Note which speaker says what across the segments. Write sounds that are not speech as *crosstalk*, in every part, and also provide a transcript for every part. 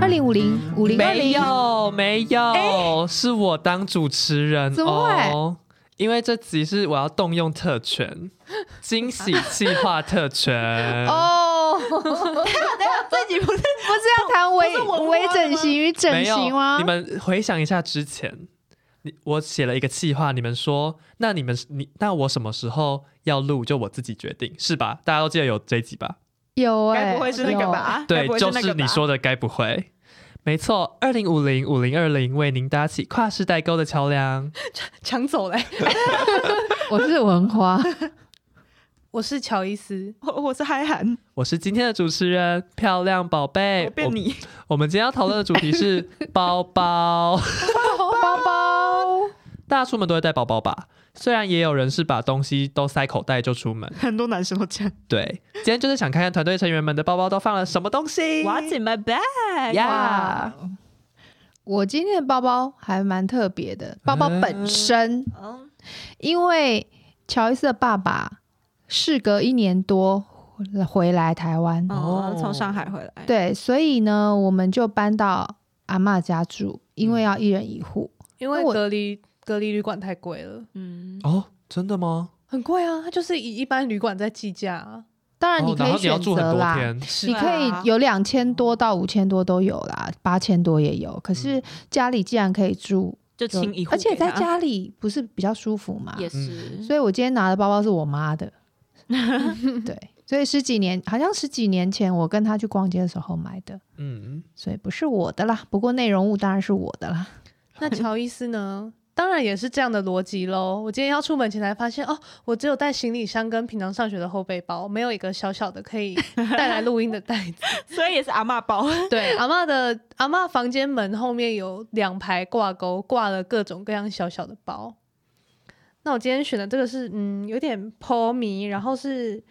Speaker 1: 二零五零五零二
Speaker 2: 没
Speaker 1: 零，
Speaker 2: 有，没有，是我当主持人
Speaker 1: 怎么会
Speaker 2: 哦。因为这集是我要动用特
Speaker 1: *laughs*
Speaker 2: 权，惊喜计划特权。
Speaker 1: 哦，
Speaker 3: 这集不
Speaker 1: 不
Speaker 3: 是
Speaker 1: 是要谈
Speaker 3: 不是
Speaker 1: 微
Speaker 3: 我摸
Speaker 1: 微
Speaker 3: 的
Speaker 1: 整
Speaker 3: 吗
Speaker 1: 形与整
Speaker 2: 没有
Speaker 1: 形吗
Speaker 2: 你？们回想一下之前，你我写了一个计划，你们说，那你们你那我什么时候要录，就我自己决定，是吧？大家都记得有这一集吧？
Speaker 1: 有哎、
Speaker 3: 该不会是那个
Speaker 1: 有？
Speaker 3: 吧？
Speaker 2: 对
Speaker 3: 该不，会
Speaker 2: 就
Speaker 3: 那个
Speaker 2: 是你
Speaker 3: 吧
Speaker 2: 说的，该不会？没错，二零五零五零二零为您搭起跨世代沟的桥梁。
Speaker 3: 抢走嘞！
Speaker 1: 我是文花，
Speaker 4: 我是乔伊斯，
Speaker 3: 我我是嗨韩，
Speaker 2: 我是今天的主持人，漂亮宝贝。
Speaker 3: 我变
Speaker 2: 哎我
Speaker 3: 你， *laughs*
Speaker 2: 我们今天要讨论的主题是包包。
Speaker 1: 包包。
Speaker 2: 大家出门都会带包包吧？虽然也有人是把东西都塞口袋就出门。
Speaker 3: 很多男生都
Speaker 1: *laughs*
Speaker 3: 这样。
Speaker 2: 对，今天就是想看看团队成员们的包包都放了什么东西。
Speaker 3: What's in my bag？
Speaker 2: 呀
Speaker 1: 我今天的包包还蛮特别的，包包本身，
Speaker 3: 嗯
Speaker 1: 因为乔伊斯的爸爸事隔一年多回来台湾，
Speaker 3: 哦，从上海回来，，
Speaker 1: 对，所以呢，我们就搬到阿嬷家住，因为要一人一户。
Speaker 4: 因
Speaker 1: 那
Speaker 4: 为
Speaker 1: 我
Speaker 4: 隔离隔离旅馆太贵了，
Speaker 3: 嗯，
Speaker 2: 哦，真的吗？
Speaker 4: 很贵啊，它就是以一般旅馆在计价、啊，
Speaker 1: 当然
Speaker 2: 哦
Speaker 1: 你可
Speaker 2: 然后
Speaker 1: 以
Speaker 2: 你要
Speaker 1: 选
Speaker 2: 住
Speaker 1: 择
Speaker 2: 很多
Speaker 1: 啦，
Speaker 2: 天。
Speaker 3: 是
Speaker 1: 你可以
Speaker 3: 啊
Speaker 1: 有两千多到五千多都有啦，八千多也有。可是
Speaker 2: 嗯
Speaker 1: 家里既然可以住，
Speaker 3: 就
Speaker 1: 就
Speaker 3: 亲一户
Speaker 1: 而且
Speaker 3: 给他嗯
Speaker 1: 在家里不是比较舒服嘛？
Speaker 3: 也是，
Speaker 2: 嗯
Speaker 1: 所以我今天拿的包包是我妈
Speaker 3: *laughs*
Speaker 1: 的，对，所以十几年好像十几年前我跟她去逛街的时候买的，
Speaker 2: 嗯，
Speaker 1: 所以不是我的啦。不过内容物当然是我的啦。
Speaker 4: 那乔伊斯呢？当然也是这样的逻辑喽。我今天要出门前才发现，哦，我只有带行李箱跟平常上学的后背包，没有一个小小的可以 *laughs* 带来录音的袋子。
Speaker 3: 所以也是阿嬷包， *laughs*
Speaker 4: 对，阿嬷的阿嬷房间门后面有两排挂钩，挂了各种各样小小的包。那我今天选的这个是，嗯，有点颇迷，然后是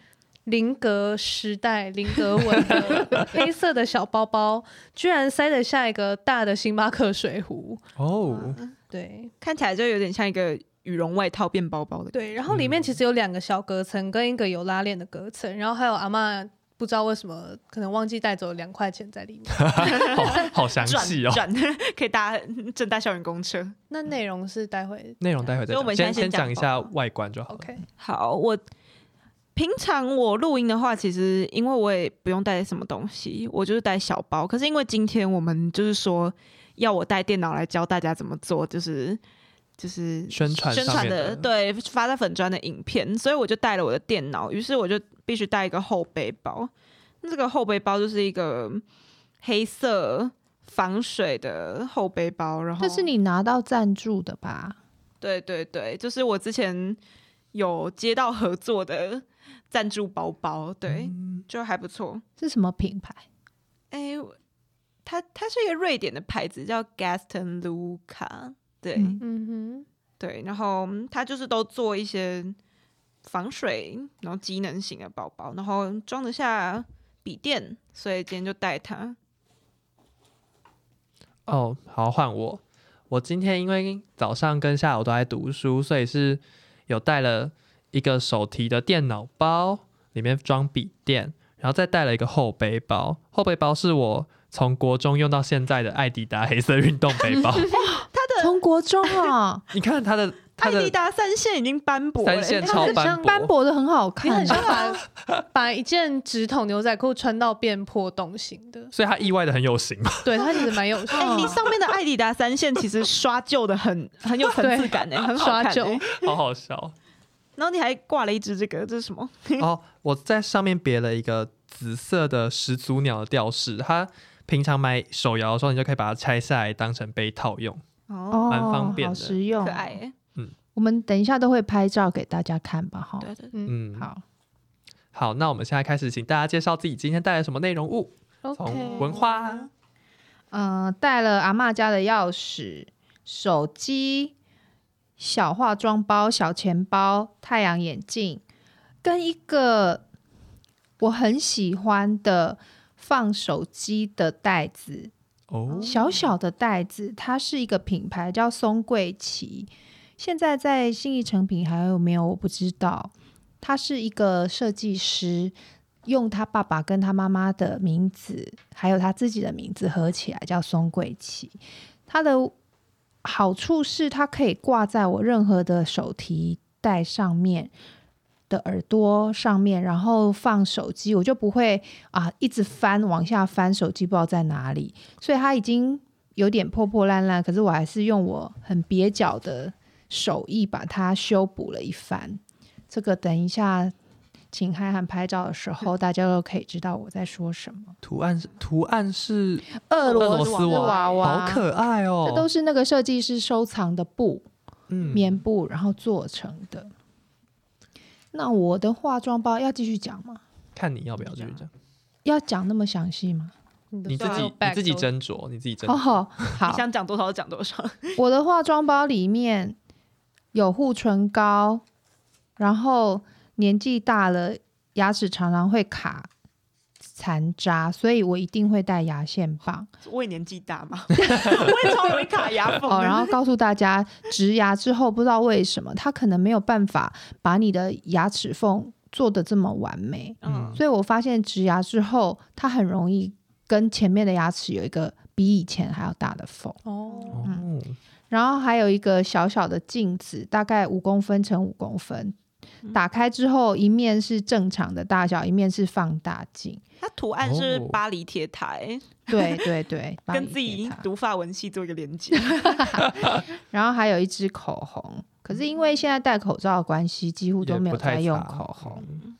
Speaker 4: 菱格时代菱格纹的黑色的小包包，居然塞得下一个大的星巴克水壶。
Speaker 3: *laughs*
Speaker 2: 哦，
Speaker 4: 对
Speaker 3: 看起来就有点像一个羽绒外套变包包的。
Speaker 4: 对，然后里面其实有两个小隔层跟一个有拉链的隔层，然后还有阿嬷不知道为什么可能忘记带走两块钱在里面。
Speaker 2: 好好详
Speaker 3: 转
Speaker 2: 细哦。
Speaker 3: 转 *laughs* 可以搭正大校园公车。
Speaker 4: 那内容是待会
Speaker 2: 内容待会再
Speaker 3: 所以我
Speaker 2: 讲，
Speaker 3: 们
Speaker 2: 先
Speaker 3: 现在
Speaker 2: 先
Speaker 3: 先
Speaker 2: 讲
Speaker 3: 讲
Speaker 2: 一下外观就好了。
Speaker 4: OK。
Speaker 3: 好，我平常我录音的话，其实因为我也不用带什么东西，我就是带小包。可是因为今天我们就是说要我带电脑来教大家怎么做，就是就是
Speaker 2: 宣传
Speaker 3: 宣
Speaker 2: 上
Speaker 3: 传
Speaker 2: 面
Speaker 3: 的
Speaker 2: 的，
Speaker 3: 对发在粉砖的影片，所以我就带了我的电脑，于是我就必须带一个后背包。那这个后背包就是一个黑色防水的后背包，然后
Speaker 1: 这是你拿到赞助的吧？
Speaker 3: 对对对，就是我之前有接到合作的赞助包包，对，
Speaker 2: 嗯
Speaker 3: 就还不错。
Speaker 1: 是什么品牌？
Speaker 3: 哎，我它它是一个瑞典的牌子，叫 Gaston Luca，对、
Speaker 1: 嗯
Speaker 4: 嗯
Speaker 3: 对，然后它就是都做一些防水，然后机能型的包包，然后装得下笔电，所以今天就带它。
Speaker 2: 哦，好，换我。我今天因为早上跟下午都在读书，所以是有带了一个手提的电脑包，里面装笔电，然后再带了一个后背包。后背包是我从国中用到现在的艾迪达黑色运动背
Speaker 3: *laughs*
Speaker 2: 包。
Speaker 1: 从国中啊、
Speaker 2: 你看它的它
Speaker 3: 艾迪
Speaker 2: 的
Speaker 3: 达三线已经斑驳了，
Speaker 2: 三线
Speaker 3: *laughs* 它
Speaker 2: 超
Speaker 4: 它很
Speaker 2: 斑
Speaker 4: 像
Speaker 2: 驳，
Speaker 1: 斑驳的很好
Speaker 4: 你
Speaker 1: 看啊
Speaker 4: 很，像把把一件直筒牛仔裤穿到变破洞型的，
Speaker 2: 所以它意外的很有
Speaker 3: *laughs*
Speaker 2: 型嘛。
Speaker 4: 对，它其实蛮有型
Speaker 3: 哎、
Speaker 4: 的。
Speaker 3: 你上面的艾迪达三线其实刷旧的很
Speaker 2: *laughs*
Speaker 3: 很有层次感哎、很好看、
Speaker 4: 刷旧
Speaker 3: 哎
Speaker 2: 好好笑。
Speaker 3: 然后你还挂了一只这个，这是什么？
Speaker 2: 哦，我在上面别了一个紫色的始祖鸟的吊饰，它平常买手摇的时候，你就可以把它拆下来当成杯套用。
Speaker 3: 哦，
Speaker 1: 哦，
Speaker 2: 蛮方便的
Speaker 1: 好实用，
Speaker 3: 可爱、。欸。
Speaker 1: 我们等一下都会拍照给大家看吧，哈。
Speaker 3: 对对对，
Speaker 4: 嗯
Speaker 2: 嗯，
Speaker 1: 好，
Speaker 2: 好，那我们现在开始，请大家介绍自己今天带来什么内容物。从文
Speaker 4: ，OK，
Speaker 2: 化，啊
Speaker 1: 嗯、带了阿嬷家的钥匙、手机、小化妆包、小钱包、太阳眼镜，跟一个我很喜欢的放手机的袋子，
Speaker 2: 哦，
Speaker 1: 小小的袋子，它是一个品牌叫松桂旗，现在在信义成品还有没有我不知道。他是一个设计师，用他爸爸跟他妈妈的名字，还有他自己的名字合起来叫松桂旗。它的好处是它可以挂在我任何的手提袋上面。的耳朵上面，然后放手机，我就不会啊一直翻往下翻，手机不知道在哪里。所以它已经有点破破烂烂，可是我还是用我很蹩脚的手艺把它修补了一番。这个等一下，请汉汉拍照的时候，大家都可以知道我在说什么。
Speaker 2: 图案是图案是
Speaker 1: 俄
Speaker 2: 罗
Speaker 1: 罗
Speaker 2: 斯
Speaker 1: 斯
Speaker 2: 娃
Speaker 1: 娃
Speaker 2: 好可爱哦，
Speaker 1: 这都是那个设计师收藏的布。
Speaker 2: 嗯
Speaker 1: 棉布然后做成的。那我的化妆包要继续讲吗？
Speaker 2: 看你要不要继续讲，
Speaker 1: 要讲那么详细吗？
Speaker 4: 你的
Speaker 2: 你自己
Speaker 4: travel
Speaker 2: 你
Speaker 4: bag
Speaker 2: 自己
Speaker 4: 都
Speaker 2: 斟酌，你自己斟
Speaker 1: 哦，
Speaker 2: 酌。
Speaker 1: 好，
Speaker 3: 你想讲多少就讲多少。
Speaker 1: 我的化妆包里面有护唇膏，然后年纪大了，牙齿常常会卡残渣，所以我一定会带牙线棒。
Speaker 3: *laughs* 我也年纪大
Speaker 1: *laughs*
Speaker 3: 嘛，我也超容易卡牙缝的。
Speaker 1: 哦， *laughs* 然后告诉大家，植牙之后不知道为什么，它可能没有办法把你的牙齿缝做的这么完美。
Speaker 2: 嗯
Speaker 1: 所以我发现植牙之后，它很容易跟前面的牙齿有一个比以前还要大的缝。
Speaker 4: 哦，
Speaker 2: 哦，
Speaker 1: 嗯然后还有一个小小的镜子，大概五公分乘五公分，
Speaker 3: 嗯
Speaker 1: 打开之后一面是正常的大小，一面是放大
Speaker 3: *laughs*
Speaker 1: 镜。
Speaker 3: 它图案是
Speaker 2: 哦
Speaker 3: 巴黎铁塔、欸，
Speaker 1: 对对对，帮
Speaker 3: 跟
Speaker 1: 你
Speaker 3: 自己
Speaker 1: 贴它
Speaker 3: 读法文系做一个连接。
Speaker 1: 然后还有一支口红，可
Speaker 3: 嗯
Speaker 1: 是因为现在戴口罩的关系，几乎都
Speaker 2: 也
Speaker 1: 没有
Speaker 2: 不太
Speaker 1: 在用
Speaker 2: 擦
Speaker 1: 口红。
Speaker 3: 嗯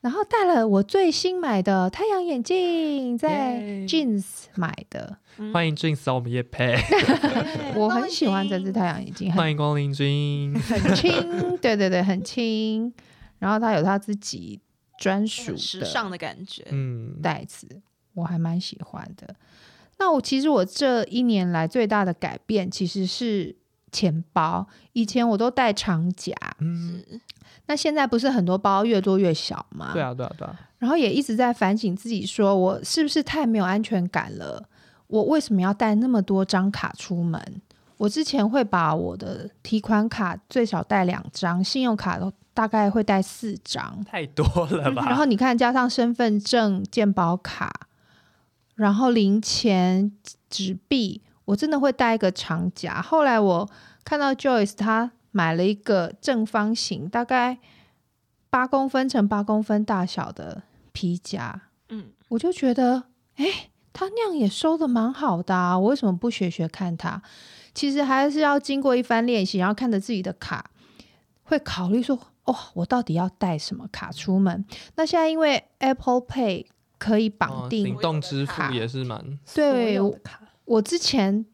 Speaker 1: 然后戴了我最新买的太阳眼镜，在
Speaker 2: 耶
Speaker 1: Jeans 买的。
Speaker 2: *laughs* 欢迎 Jin 扫我们叶配，
Speaker 1: *laughs* 我很喜欢这只太阳眼镜，很
Speaker 2: 欢迎光临 Jin。
Speaker 1: 很轻，对对对，很轻。然后它有它自己专属
Speaker 3: 很时尚
Speaker 1: 的
Speaker 3: 的感觉，
Speaker 2: 嗯，
Speaker 1: 袋子，我还蛮喜欢的。那我其实我这一年来最大的改变其实是钱包，以前我都带长夹，
Speaker 2: 嗯，
Speaker 1: 那现在不是很多包越做越小吗？
Speaker 2: 对啊，对啊，对啊，
Speaker 1: 然后也一直在反省自己，说我是不是太没有安全感了？我为什么要带那么多张卡出门？我之前会把我的提款卡最少带两张，信用卡都大概会带四张，
Speaker 2: 太多了吧？
Speaker 1: 嗯然后你看加上身份证、健保卡，然后零钱、纸币，我真的会带一个长夹。后来我看到 Joyce 她买了一个正方形，大概八公分乘八公分大小的皮夹，
Speaker 3: 嗯，
Speaker 1: 我就觉得，哎，他那样也收的蛮好的啊，我为什么不学学看他？其实还是要经过一番练习，然后看着自己的卡，会考虑说，哦，我到底要带什么卡出门？那现在因为 Apple Pay 可以绑
Speaker 2: 哦
Speaker 1: 定
Speaker 2: 行
Speaker 3: 我，
Speaker 2: 动
Speaker 3: 有
Speaker 2: 支
Speaker 3: 的
Speaker 2: 付
Speaker 1: 卡
Speaker 2: 也是蛮
Speaker 4: 所
Speaker 1: 对
Speaker 4: 有
Speaker 1: 我
Speaker 4: 的卡
Speaker 1: 我之前。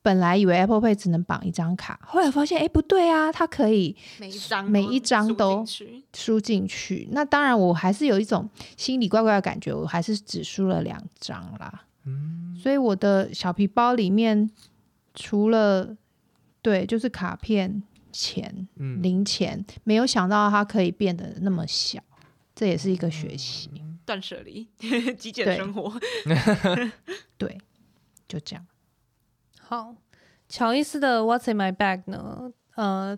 Speaker 1: 本来以为 Apple Pay 只能绑一张卡，后来发现，哎，不对啊，它可以
Speaker 3: 每一张
Speaker 1: 每一张都
Speaker 3: 输进去
Speaker 1: 输进去。那当然，我还是有一种心里怪怪的感觉，我还是只输了两张啦。
Speaker 2: 嗯，
Speaker 1: 所以我的小皮包里面除了对，就是卡片、钱、
Speaker 2: 嗯
Speaker 1: 零钱，没有想到它可以变得那么小，这也是一个学习。
Speaker 2: 嗯
Speaker 3: 断舍离， *laughs* 极
Speaker 1: 对
Speaker 3: 简生活。 *laughs*
Speaker 1: 对，就这样。
Speaker 4: 好，乔伊斯的 What's in my bag 呢？呃，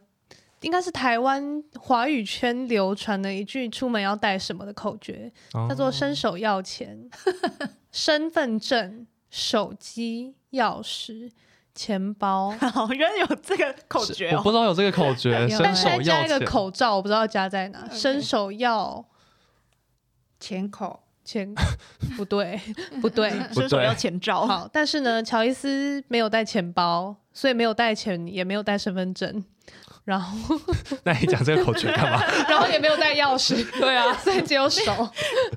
Speaker 4: 应该是台湾华语圈流传的一句出门要带什么的口诀，叫
Speaker 2: 叫
Speaker 4: 做伸手要钱、身份证、手机、钥匙、钱包。
Speaker 3: 好，原来有这个口诀
Speaker 2: 我不
Speaker 3: 哦。
Speaker 2: 知道有这个口诀，
Speaker 1: 有
Speaker 2: 伸
Speaker 4: 但是
Speaker 2: 手
Speaker 4: 还加
Speaker 2: 要
Speaker 4: 一个
Speaker 2: 钱
Speaker 4: 口罩，我不知道加在哪。伸手要
Speaker 1: 钱口
Speaker 4: 钱，不 *laughs* 对，不对。
Speaker 2: 不
Speaker 3: 伸手
Speaker 2: 对
Speaker 3: 要前照，
Speaker 4: 好，但是呢，乔伊斯没有带钱包，所以没有带钱，也没有带身份证，然 *laughs* 后
Speaker 2: 那你讲这个口诀干嘛？ *laughs*
Speaker 4: 然后也没有带钥匙，对啊， *laughs* 所以只有手，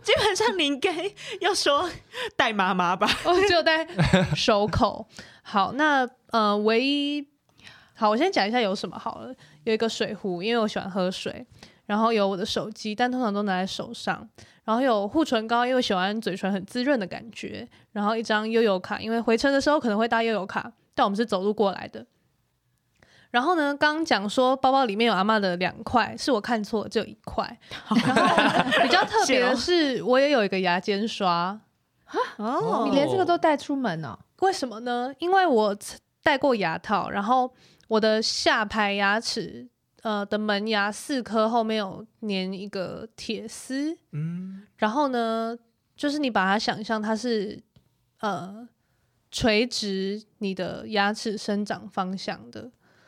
Speaker 3: 基 *laughs* 本上你应该要说带妈妈吧。
Speaker 4: 我哦只有带手口。好，那呃，唯一好，我先讲一下有什么好了。有一个水壶，因为我喜欢喝水，然后有我的手机，但通常都拿在手上。然后有护唇膏，因为喜欢嘴唇很滋润的感觉。然后一张悠游卡，因为回程的时候可能会搭悠游卡，但我们是走路过来的。然后呢，刚刚讲说包包里面有阿嬷的两块，是我看错了，只有一块。然后比较特别的是，我也有一个牙尖刷，
Speaker 3: 哦
Speaker 1: 你连这个都带出门哦？
Speaker 4: 为什么呢？因为我戴过牙套，然后我的下排牙齿呃的门牙四颗后面有粘一个铁丝，
Speaker 2: 嗯，
Speaker 4: 然后呢，就是你把它想象它是呃垂直你的牙齿生长方向的，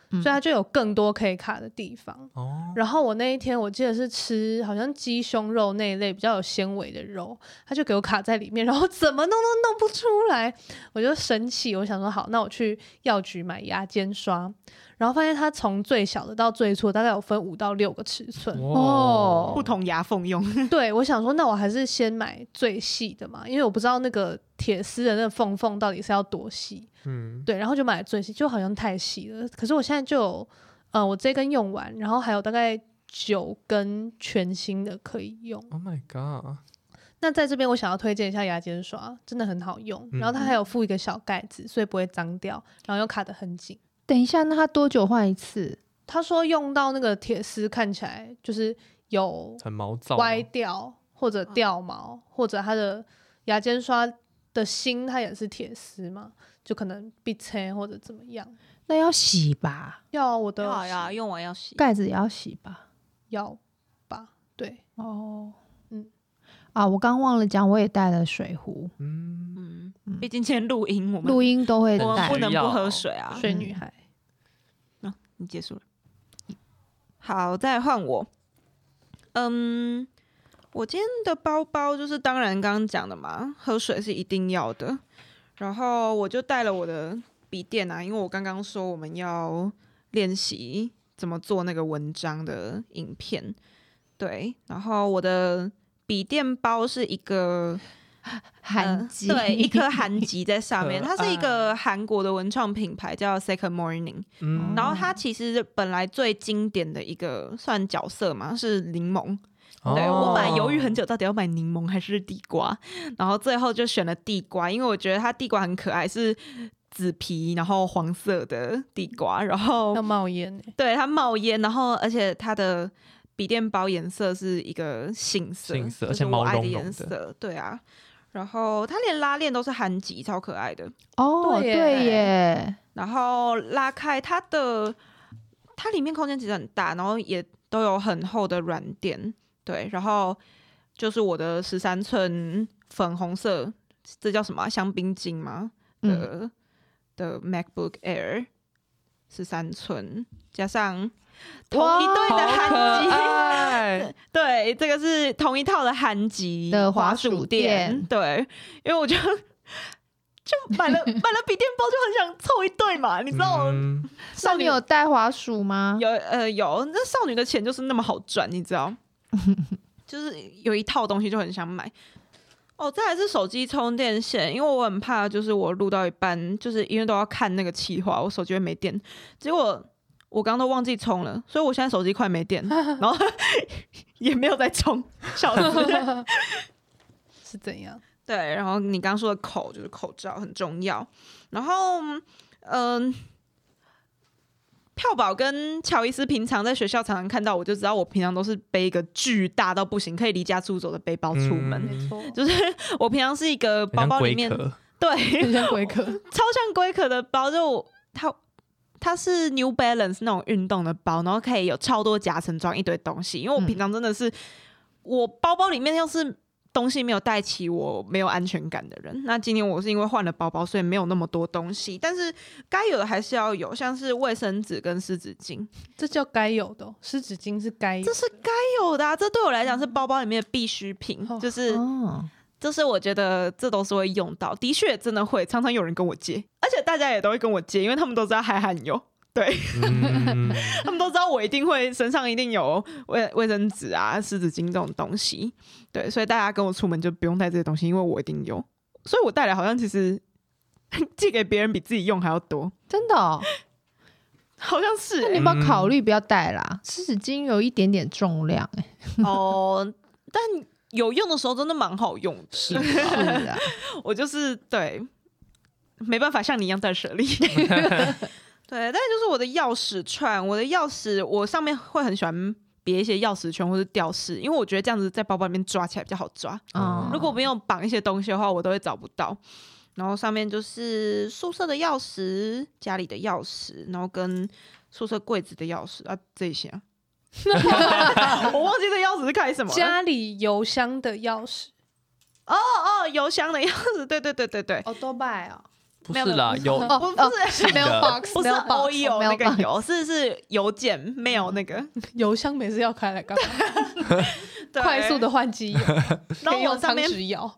Speaker 3: 嗯
Speaker 4: 所以它就有更多可以卡的地方。
Speaker 2: 哦，
Speaker 4: 然后我那一天我记得是吃好像鸡胸肉那一类比较有纤维的肉，它就给我卡在里面，然后怎么弄都弄不出来，我就生气，我想说好，那我去药局买牙尖刷，然后发现它从最小的到最粗的大概有分五到六个尺寸，
Speaker 1: 哦
Speaker 3: 不同牙缝用，
Speaker 4: 对，我想说，那我还是先买最细的嘛，因为我不知道那个铁丝的那个缝缝到底是要多细。
Speaker 2: 嗯，
Speaker 4: 对，然后就买最细，就好像太细了。可是我现在就有，呃，我这根用完，然后还有大概九根全新的可以用。
Speaker 2: ，Oh my god，
Speaker 4: 那在这边我想要推荐一下牙尖刷，真的很好用。然后它还有附一个小盖子，所以不会脏掉，然后又卡得很紧。
Speaker 1: 等一下，那他多久换一次？
Speaker 4: 他说用到那个铁丝看起来就是有
Speaker 2: 很毛躁，
Speaker 4: 歪掉或者掉毛，或者它的牙尖刷的芯它也是铁丝嘛，就可能必拆或者怎么样。
Speaker 1: 那要洗吧，
Speaker 4: 要啊我的
Speaker 3: 好呀，用完要洗。
Speaker 1: 盖子也要洗吧。
Speaker 4: 要吧，对，
Speaker 1: 哦，
Speaker 4: 嗯，
Speaker 1: 啊，我刚忘了讲，我也带了水壶，
Speaker 2: 嗯，
Speaker 3: 嗯，毕竟今天录音，我们
Speaker 1: 录音都会
Speaker 2: 对
Speaker 3: 我们
Speaker 1: 带
Speaker 3: 不。能嗯
Speaker 2: 需要
Speaker 3: 不喝水啊。
Speaker 4: 水女孩。
Speaker 3: 你结束了。好，再换我。嗯，我今天的包包就是当然刚刚讲的嘛，喝水是一定要的。然后我就带了我的笔电啊，因为我刚刚说我们要练习怎么做那个文章的影片，对。然后我的笔电包是一个
Speaker 1: *laughs* 韩籍、嗯
Speaker 3: 呃对，一颗韩籍在上面，
Speaker 2: 可
Speaker 3: 它
Speaker 2: 爱
Speaker 3: 是一个韩国的文创品牌叫 Second Morning。
Speaker 2: 嗯
Speaker 3: 然后它其实本来最经典的一个算角色嘛是柠檬，
Speaker 2: 哦
Speaker 3: 对我本来犹豫很久，到底要买柠檬还是地瓜，然后最后就选了地瓜，因为我觉得它地瓜很可爱，是紫皮然后黄色的地瓜，然后
Speaker 2: 嗯
Speaker 4: 要冒烟呢、欸
Speaker 3: 对它冒烟，然后而且它的笔电包颜色是一个杏色，
Speaker 2: 杏色
Speaker 3: 就
Speaker 2: 而
Speaker 3: 是
Speaker 2: 且
Speaker 3: 我
Speaker 2: 毛
Speaker 3: 爱的
Speaker 2: 茸茸
Speaker 3: 颜
Speaker 2: 的
Speaker 3: 色，对啊。然后它连拉链都是韩籍，超可爱的。
Speaker 1: *laughs* 哦，
Speaker 4: 对耶
Speaker 1: 对耶，
Speaker 3: 然后拉开它的，它里面空间其实很大，然后也都有很厚的软垫，对，然后就是我的十三寸粉红色，这叫什么啊香槟金吗？
Speaker 1: 嗯，
Speaker 3: 的、的 MacBook Air 十三寸，加上同
Speaker 1: 哇
Speaker 3: 一对
Speaker 2: 好
Speaker 3: 的韩
Speaker 2: 可
Speaker 3: 籍，
Speaker 2: 爱，
Speaker 3: 对，这个是同一套的韩籍
Speaker 1: 的
Speaker 3: 滑
Speaker 1: 滑
Speaker 3: 鼠
Speaker 1: 鼠
Speaker 3: 垫
Speaker 1: 垫，
Speaker 3: 对，因为我就就买了买
Speaker 2: *laughs*
Speaker 3: 了笔电包，就很想凑一对嘛， *laughs* 你知道我
Speaker 2: 嗯
Speaker 1: 那
Speaker 3: 少
Speaker 1: 你
Speaker 3: 女
Speaker 1: 有带滑鼠吗？
Speaker 3: 有呃有，那少女的钱就是那么好赚，你知道， *laughs* 就是有一套东西就很想买。哦，再来是手机充电线，因为我很怕，就是我录到一半，就是因为都要看那个气话，我手机会没电，结果我刚刚都忘记充了，所以我现在手机快没电，然后 *laughs* 也没有再充，笑死。
Speaker 4: 是怎样？
Speaker 3: 对，然后你刚刚说的口就是口罩很重要，然后嗯、票宝跟乔伊斯平常在学校常常看到，我就知道我平常都是背一个巨大到不行可以离家出走的背包出门。
Speaker 4: 没错，
Speaker 3: 就是我平常是一个
Speaker 2: 嗯
Speaker 3: 包
Speaker 2: 很像
Speaker 3: 包里
Speaker 2: 龟
Speaker 3: 面
Speaker 2: 壳，
Speaker 3: *laughs* 对
Speaker 4: 很像龟壳， *laughs*
Speaker 3: 超像龟壳的包，就我它它是 New Balance 那种运动的包，然后可以有超多夹层装一堆东西。因为我
Speaker 1: 嗯
Speaker 3: 平常真的是，我包包里面要是东西没有带齐，我没有安全感的人。那今年我是因为换了包包，所以没有那么多东西，但是该有的还是要有，像是卫生纸跟湿纸巾，哎
Speaker 4: 这叫该有的、哦，湿纸巾是该有
Speaker 3: 这是该有的、啊。这对我来讲是包包里面的必需品，
Speaker 4: 哦
Speaker 3: 就是
Speaker 1: 哦，
Speaker 3: 就是我觉得这都是会用到，的确真的会，常常有人跟我借，而且大家也都会跟我借，因为他们都知道海涵有，
Speaker 2: 嗯，
Speaker 3: 他们都知道我一定会身上一定有卫卫生纸啊、湿纸巾这种东西，对，所以大家跟我出门就不用带这些东西，因为我一定有，所以我带来好像其实 *laughs* 借给别人比自己用还要多，
Speaker 1: 真的哦，
Speaker 3: 好像是、
Speaker 1: *laughs* 那
Speaker 3: 嗯
Speaker 1: 你
Speaker 3: 欸
Speaker 1: 有没有考虑不要带啦？湿纸巾有一点点重量，哎，
Speaker 3: 哦，但有用的时候真的蛮好用的，
Speaker 2: 是吧
Speaker 1: 是
Speaker 3: *laughs*
Speaker 1: 啊，
Speaker 3: 我就是对，没办法像你一样断舍离。对，但就是我的钥匙串，我的钥匙，我上面会很喜欢别一些钥匙圈或是吊饰，因为我觉得这样子在包包里面抓起来比较好抓。
Speaker 1: 嗯
Speaker 3: 如果没有绑一些东西的话，我都会找不到。然后上面就是宿舍的钥匙、家里的钥匙，然后跟宿舍柜子的钥匙啊这些啊。 *laughs* 我忘记这钥匙是开什么了
Speaker 4: 家里邮箱的钥匙
Speaker 3: 哦哦，邮箱的钥匙，对对对对对，
Speaker 4: 哦，都拜哦，
Speaker 2: 不
Speaker 3: 没
Speaker 2: 是
Speaker 3: 有
Speaker 2: 啦，有
Speaker 1: 哦
Speaker 3: 不不是
Speaker 2: 的
Speaker 1: mailbox
Speaker 3: 不是
Speaker 1: mailbox，
Speaker 3: O E O 那
Speaker 1: mailbox
Speaker 3: 个邮，是是邮件没有那个
Speaker 4: *laughs* 邮箱每次要开来干嘛？
Speaker 3: 对
Speaker 4: 快速的换机油，
Speaker 3: 然
Speaker 4: 可
Speaker 3: 后
Speaker 4: 以
Speaker 3: 我
Speaker 4: 用
Speaker 3: 上
Speaker 4: 汤
Speaker 3: 面
Speaker 4: 匙摇，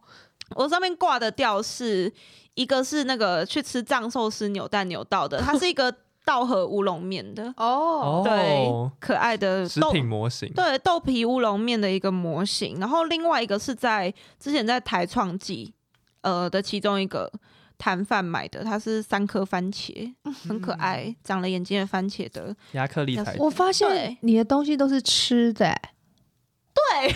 Speaker 3: 我上面挂的吊饰，一个是那个去吃藏寿司扭蛋扭到的，它是一个稻荷乌龙面的，
Speaker 4: 哦，
Speaker 2: 哦
Speaker 3: 对，可爱的
Speaker 2: 食
Speaker 3: 豆
Speaker 2: 品模型，
Speaker 3: 对豆皮乌龙面的一个模型。然后另外一个是在之前在台创记呃的其中一个摊贩买的，它是三颗番茄，很可爱，长了眼睛的番茄的。
Speaker 2: 亚克力材质
Speaker 1: 我发现
Speaker 3: 对
Speaker 1: 你的东西都是吃的、欸，
Speaker 3: 对，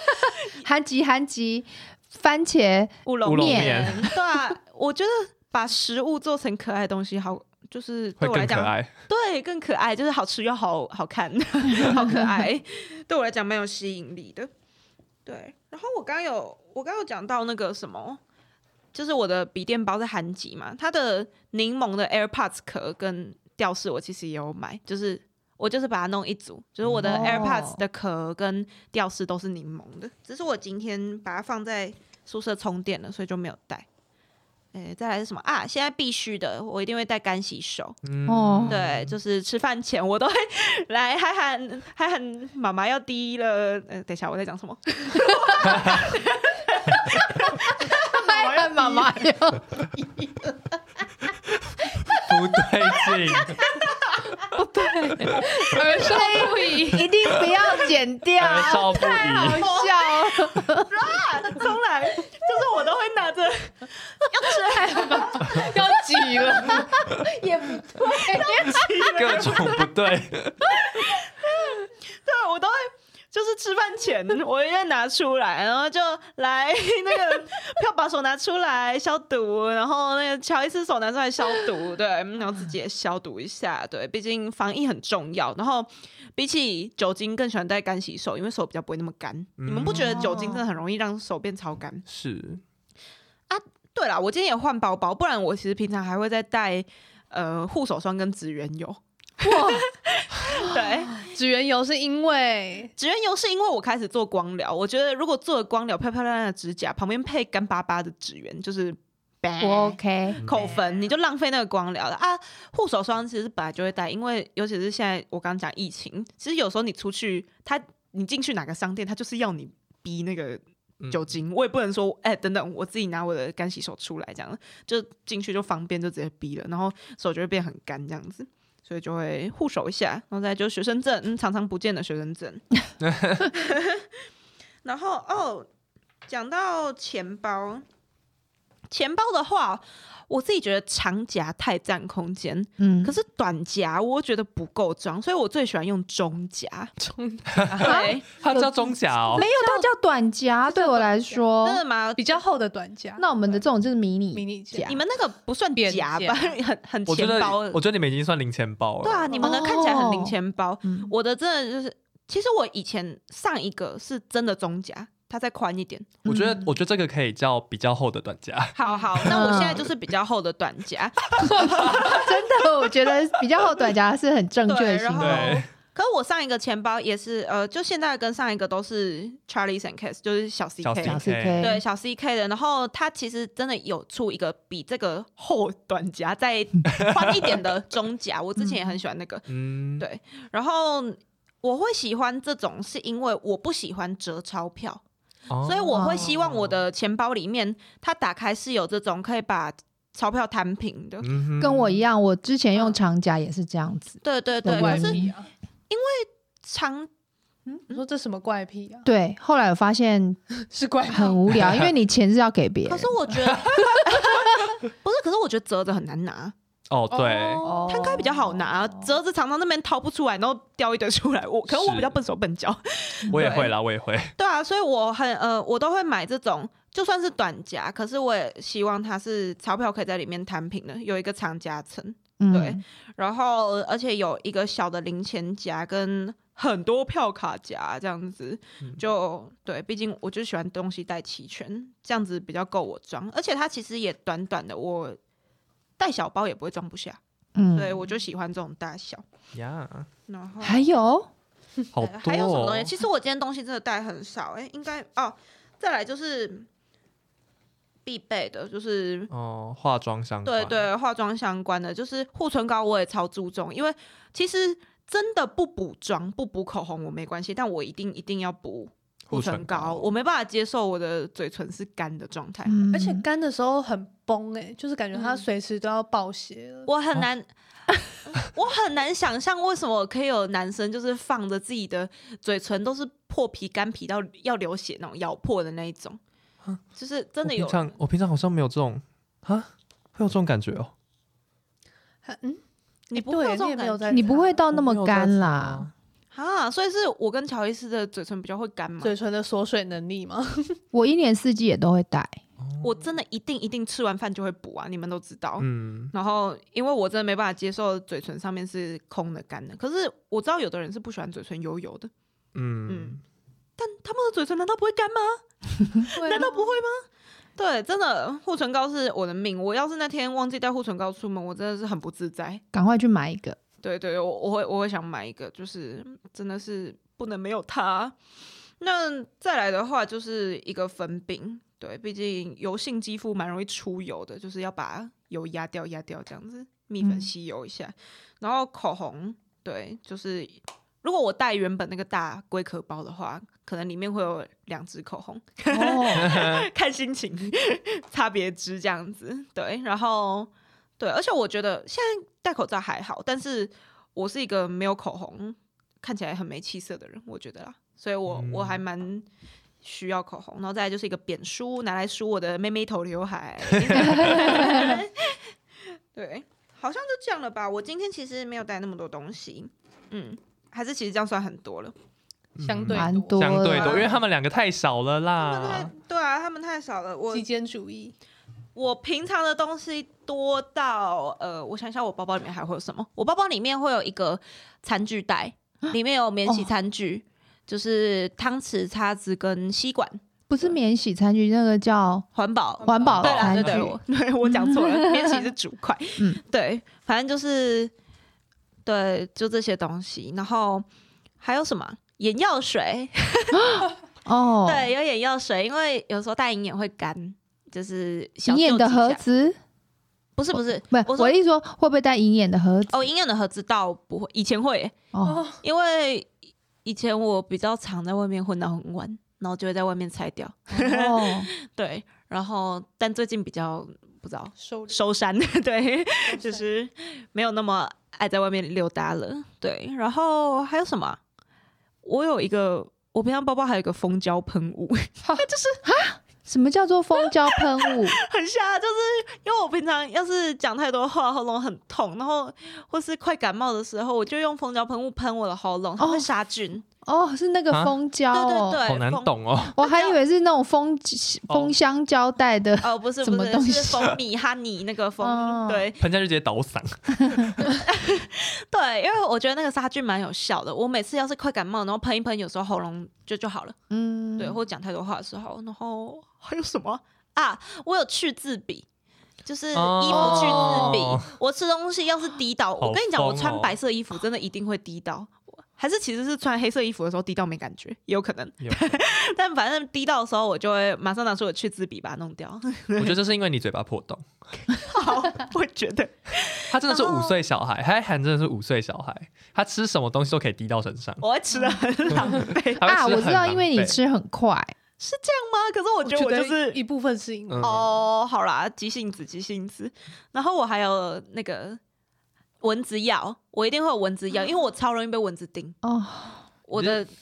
Speaker 1: *laughs* 韩吉韩吉番茄
Speaker 3: *laughs* 乌龙
Speaker 2: 乌龙
Speaker 1: 面
Speaker 2: 面
Speaker 3: 对啊，我觉得把食物做成可爱的东西好。就是
Speaker 2: 会
Speaker 3: 对我来
Speaker 2: 更可
Speaker 3: 讲，
Speaker 2: 爱。
Speaker 3: 对，更可爱，就是好吃又好好看， *laughs* 好可爱， *laughs* 对我来讲蛮有吸引力的。对，然后我刚刚有我刚刚有讲到那个什么，就是我的笔电包是韩籍嘛，它的柠檬的 AirPods 壳跟吊饰我其实也有买，就是我就是把它弄一组，就是我的
Speaker 1: 哦
Speaker 3: AirPods 的壳跟吊饰都是柠檬的，只是我今天把它放在宿舍充电了，所以就没有带。诶，再来是什么啊？现在必须的，我一定会带干洗手。
Speaker 2: 嗯
Speaker 1: 哦
Speaker 3: 对，就是吃饭前我都会来还喊还喊妈妈要滴了。呃，等一下我在讲什么？
Speaker 1: 麦和妈
Speaker 4: *laughs*
Speaker 1: 妈
Speaker 4: 哎
Speaker 1: 有
Speaker 2: 不对 *laughs* 劲，
Speaker 4: 儿少不宜，
Speaker 1: 一定不要剪掉，
Speaker 3: 哎
Speaker 2: 儿
Speaker 1: *laughs*
Speaker 2: 少不
Speaker 3: 哦
Speaker 1: 太好
Speaker 2: 宜。
Speaker 1: 笑了。
Speaker 3: 啊重来， *laughs* 就是我都会拿着要吃还
Speaker 4: *laughs* 要挤了，
Speaker 1: 也不对，
Speaker 2: 各种不对，
Speaker 3: *laughs* 对我都会。就是吃饭前，我一定拿出来，然后就来那个票把手拿出来消毒，然后那个乔伊斯手拿出来消毒，对，然后自己也消毒一下，对，毕竟防疫很重要。然后比起酒精，更喜欢带干洗手，因为手比较不会那么干。你们不觉得酒精真的很容易让手变超干？
Speaker 2: 是
Speaker 3: 对啦，我今天也换包包，不然我其实平常还会再带呃护手霜跟植源油。 *laughs* 对，
Speaker 4: 指缘油是因为
Speaker 3: 植源油是因为我开始做光疗，我觉得如果做了光疗，漂漂亮亮的指甲旁边配干巴巴的植源，就是哎
Speaker 1: 我 OK，
Speaker 3: 扣分，你就浪费那个光疗了啊。护手霜其实本来就会带，因为尤其是现在我刚刚讲疫情，其实有时候你出去，他你进去哪个商店，他就是要你逼那个酒精，我也不能说，哎、等等，我自己拿我的干洗手出来，这样就进去就方便，就直接逼了，然后手就会变很干这样子，所以就会护手一下，然后再就是学生证，嗯，常常不见的学生证，然后哦，讲到钱包，钱包的话，我自己觉得长夹太占空间，
Speaker 1: 嗯，
Speaker 3: 可是短夹我觉得不够装，所以我最喜欢用中夹，
Speaker 4: *laughs* 中
Speaker 3: 对，
Speaker 2: 它叫中甲哦
Speaker 1: 没，有，它叫短夹，对我来说
Speaker 4: 哦
Speaker 3: 真，的吗？
Speaker 4: 比较厚的短夹，
Speaker 1: 那我们的这种就是迷
Speaker 4: 迷
Speaker 1: 你，
Speaker 4: 你夹
Speaker 1: 夹
Speaker 3: 你们那个不算
Speaker 4: 扁
Speaker 3: 夹
Speaker 4: 夹
Speaker 3: 吧，很很
Speaker 2: 我觉
Speaker 3: 钱
Speaker 2: 得
Speaker 3: 包。
Speaker 2: 我觉得你们已经算零钱包了。
Speaker 3: 对啊，你
Speaker 4: 哦
Speaker 3: 们的看起来很零钱包，
Speaker 1: 嗯，
Speaker 3: 我的真的就是，其实我以前上一个是真的中夹，它再宽一点。
Speaker 2: 我觉得
Speaker 1: 嗯
Speaker 2: 我觉得这个可以叫比较厚的短夹，
Speaker 3: 好好，
Speaker 4: 嗯
Speaker 3: 那我现
Speaker 4: *laughs*
Speaker 3: 在就是比较厚的短夹，
Speaker 1: 真的，我觉得比较厚短夹是很正确的
Speaker 3: 对，
Speaker 1: 行
Speaker 3: 然后
Speaker 1: 为。
Speaker 2: 对。
Speaker 3: 可我上一个钱包也是，呃，就现在跟上一个都是 Charlie and Case，就是小 CK，
Speaker 2: 小 CK
Speaker 1: 小 CK
Speaker 3: 对小 CK 的。然后它其实真的有出一个比这个厚短夹再宽一点的中夹，我之前也很喜欢那个。
Speaker 2: 嗯，
Speaker 3: 对然后我会喜欢这种，是因为我不喜欢折钞票，
Speaker 2: 哦
Speaker 3: 所以我会希望我的钱包里面它打开是有这种可以把钞票摊平的。
Speaker 2: 嗯哼
Speaker 1: 跟我一样，我之前用长夹也是这样子。
Speaker 3: 对对对，
Speaker 1: 有
Speaker 3: 可
Speaker 1: 关
Speaker 3: 是
Speaker 1: 系
Speaker 4: 癖啊！
Speaker 3: 长
Speaker 4: 你说这什么怪癖啊？
Speaker 1: 对，后来我发现
Speaker 4: 是怪癖，
Speaker 3: 嗯
Speaker 1: 很无聊，因为你钱是要给别人
Speaker 3: 可。是我
Speaker 2: *laughs*
Speaker 3: 觉得不是，可是我觉得折着很难拿，
Speaker 2: 哦对，哦
Speaker 4: 哦
Speaker 3: 摊开比较好拿，折着常常那边掏不出来，然后掉一堆出来。我可能我
Speaker 2: 是
Speaker 3: 比较笨手笨脚，
Speaker 2: 我也会啦，我也会。
Speaker 3: 对啊，所以我很呃，我都会买这种，就算是短夹，可是我也希望它是钞票可以在里面摊平的，有一个长夹层，呃
Speaker 1: 嗯
Speaker 3: 对，然后而且有一个小的零钱夹跟。很多票卡夹这样子
Speaker 2: 嗯，
Speaker 3: 就对，毕竟我就喜欢东西带齐全，这样子比较够我装，而且它其实也短短的，我带小包也不会装不下，
Speaker 1: 嗯，
Speaker 3: 对我就喜欢这种大小。 *laughs*
Speaker 2: 呀，
Speaker 3: 然后
Speaker 1: 还有
Speaker 2: 好
Speaker 3: 对
Speaker 2: 多
Speaker 3: 还有什么东西？
Speaker 2: 哦，
Speaker 3: 其实我今天东西真的带很少，哎、应该哦，再来就是必备的，就是
Speaker 2: 哦，化妆相
Speaker 3: 对
Speaker 2: 关，，
Speaker 3: 对，化妆相关的，就是护唇膏我也超注重，因为其实真的不补妆、不补口红我没关系，但我一定一定要补
Speaker 2: 护
Speaker 3: 护
Speaker 2: 唇
Speaker 3: 唇膏，
Speaker 2: 膏
Speaker 3: 我没办法接受我的嘴唇是干的状态，
Speaker 1: 嗯
Speaker 4: 而且干的时候很崩哎、就是感觉它随时都要爆血了。
Speaker 3: 嗯我很
Speaker 2: 哦
Speaker 3: 难。嗯我很难想象为什么可以有男生就是放着自己的嘴唇都是破皮、干皮到要流血那种咬破的那一种，就是真的
Speaker 2: 啊我
Speaker 3: 有
Speaker 2: 平常我平常好像没有这种啊，会有这种感觉哦，
Speaker 4: 嗯，
Speaker 3: 你不会有
Speaker 4: 对
Speaker 3: 这
Speaker 4: 你
Speaker 3: 种
Speaker 4: 也没
Speaker 3: 感
Speaker 4: 有
Speaker 3: 觉
Speaker 4: 在
Speaker 1: 你不会到
Speaker 2: 我
Speaker 1: 那
Speaker 2: 没
Speaker 1: 么
Speaker 2: 有在
Speaker 1: 干
Speaker 2: 擦
Speaker 1: 啦。
Speaker 3: 啊？所以是我跟乔伊斯的嘴唇比较会干嘛？
Speaker 4: 嘴唇的锁水能力吗？
Speaker 1: 我一年四季也都会戴，
Speaker 3: 我真的一定一定吃完饭就会补啊，你们都知道。
Speaker 2: 嗯，
Speaker 3: 然后，因为我真的没办法接受嘴唇上面是空的、干的。可是我知道有的人是不喜欢嘴唇油油的，
Speaker 2: 嗯
Speaker 3: 他们的嘴唇难道不会干吗？
Speaker 4: 对啊
Speaker 3: 难道不会吗？对，真的护唇膏是我的命。我要是那天忘记带护唇膏出门，我真的是很不自在。
Speaker 1: 赶快去买一个。
Speaker 3: 对对，我我会我会想买一个，就是真的是不能没有它。那再来的话，就是一个粉饼，对，毕竟油性肌肤蛮容易出油的，就是要把油压掉压掉这样子，蜜粉
Speaker 1: 嗯
Speaker 3: 吸油一下。然后口红，对，就是如果我带原本那个大龟壳包的话，可能里面会有两支口红。
Speaker 1: 哦，
Speaker 3: 看心情， *laughs* 差别值这样子。对，然后对，而且我觉得现在戴口罩还好，但是我是一个没有口红看起来很没气色的人，我觉得啦，所以我、
Speaker 2: 嗯
Speaker 3: 我还蛮。需要口红，然后再来就是一个扁梳，拿来梳我的妹妹头刘海。 *laughs* 对，好像就这样了吧。我今天其实没有带那么多东西，嗯，还是其实这样算很多了。
Speaker 4: 相对
Speaker 1: 蛮多
Speaker 4: 多
Speaker 2: 嗯相对
Speaker 1: 啦
Speaker 2: 啊多，因为他们两个太少了
Speaker 3: 他们太
Speaker 2: 啦，
Speaker 3: 对啊，他们太少了。我
Speaker 4: 极简主义，
Speaker 3: 我平常的东西多到呃，我想一下，我包包里面还会有什么？我包包里面会有一个餐具袋，里面有免洗餐
Speaker 1: 哦
Speaker 3: 具，就是汤匙、叉子跟吸管，
Speaker 1: 不是免洗餐具，那个叫
Speaker 3: 环保。
Speaker 1: 环保
Speaker 3: 对啦，
Speaker 1: 餐
Speaker 3: 对
Speaker 1: 具。
Speaker 3: 对，我对我 *laughs* 讲错了，免洗是煮筷。
Speaker 1: 嗯
Speaker 3: 对，反正就是对，就这些东西。然后还有什么眼药水？
Speaker 1: 哦，
Speaker 3: 对，有眼药水，因为有时候戴银眼会干，就是小
Speaker 1: 银眼
Speaker 3: 救
Speaker 1: 的
Speaker 3: 几
Speaker 1: 盒
Speaker 3: 下
Speaker 1: 子，哦
Speaker 3: 不是不是
Speaker 1: 不，是
Speaker 3: 我说
Speaker 1: 我的意思说会不会带银眼的盒子？
Speaker 3: 哦，银眼的盒子倒不会，以前会，
Speaker 1: 哦，
Speaker 3: 因为以前我比较常在外面混到很晚，然后就会在外面拆掉。
Speaker 1: 哦，
Speaker 3: *laughs* 对，然后但最近比较不知道
Speaker 4: 收
Speaker 3: 收山， *laughs*
Speaker 1: *laughs*
Speaker 3: 对，
Speaker 4: 敛
Speaker 3: 就是没有那么爱在外面溜达了。对，然后还有什么啊？我有一个，我平常包包还有一个蜂胶喷雾， *laughs*
Speaker 1: 哦啊什么叫做蜂胶喷
Speaker 3: *laughs*
Speaker 1: 雾？
Speaker 3: 很瞎，就是因为我平常要是讲太多话，喉咙很痛，然后或是快感冒的时候，我就用蜂胶喷雾喷我的喉咙，它会
Speaker 1: 哦
Speaker 3: 杀菌。
Speaker 1: 哦，是那个
Speaker 2: 啊
Speaker 1: 蜂胶
Speaker 3: 对对
Speaker 1: 哦，
Speaker 3: 对，
Speaker 2: 好难
Speaker 3: 蜂
Speaker 2: 懂哦，
Speaker 1: 我还以为是那种蜂
Speaker 2: 哦
Speaker 1: 蜂香胶带的。
Speaker 3: 哦，不是
Speaker 1: 什
Speaker 3: 不
Speaker 1: 么东
Speaker 3: 是，是
Speaker 1: 西
Speaker 3: 蜂蜜哈尼那 *laughs* 个蜂，
Speaker 1: 哦
Speaker 3: 对
Speaker 2: *laughs* 喷下去直接倒嗓，
Speaker 3: 对，因为我觉得那个杀菌蛮有效的。我每次要是快感冒，然后喷一喷，有时候喉咙就就好了。
Speaker 1: 嗯，
Speaker 3: 对，或讲太多话的时候，然后还有什么啊？我有去字笔。就是衣服去字笔，
Speaker 2: 哦
Speaker 3: 我吃东西要是滴到，我跟你讲，
Speaker 2: 好
Speaker 3: 我
Speaker 2: 疯
Speaker 3: 穿
Speaker 2: 哦
Speaker 3: 白色衣服真的一定会滴到，我还是其实是穿黑色衣服的时候滴到没感觉，也有可能。
Speaker 2: 有
Speaker 3: *laughs* 但反正滴到的时候，我就会马上拿出我去字笔把它弄掉。 *laughs*
Speaker 2: 我觉得这是因为你嘴巴破洞，
Speaker 3: 好，我觉得
Speaker 2: 他真的是
Speaker 3: 然后
Speaker 2: 五岁小孩，海涵真的是五岁小孩，他吃什么东西都可以滴到身上，
Speaker 3: *laughs* 我会吃的很浪费
Speaker 2: *laughs* 他
Speaker 1: 啊，
Speaker 2: 会吃
Speaker 1: 我
Speaker 2: 得
Speaker 1: 知
Speaker 2: 很
Speaker 1: 道，
Speaker 2: 狼
Speaker 1: 因为你
Speaker 2: 狈
Speaker 1: 吃很快，
Speaker 3: 吗？可是我觉得我就是
Speaker 4: 一部分是因为
Speaker 2: 嗯
Speaker 3: 哦，好啦，急性子，急性子。然后我还有那个蚊子药，我一定会有蚊子药，因为我超容易被蚊子叮。 *laughs*
Speaker 1: 哦，
Speaker 3: 我的对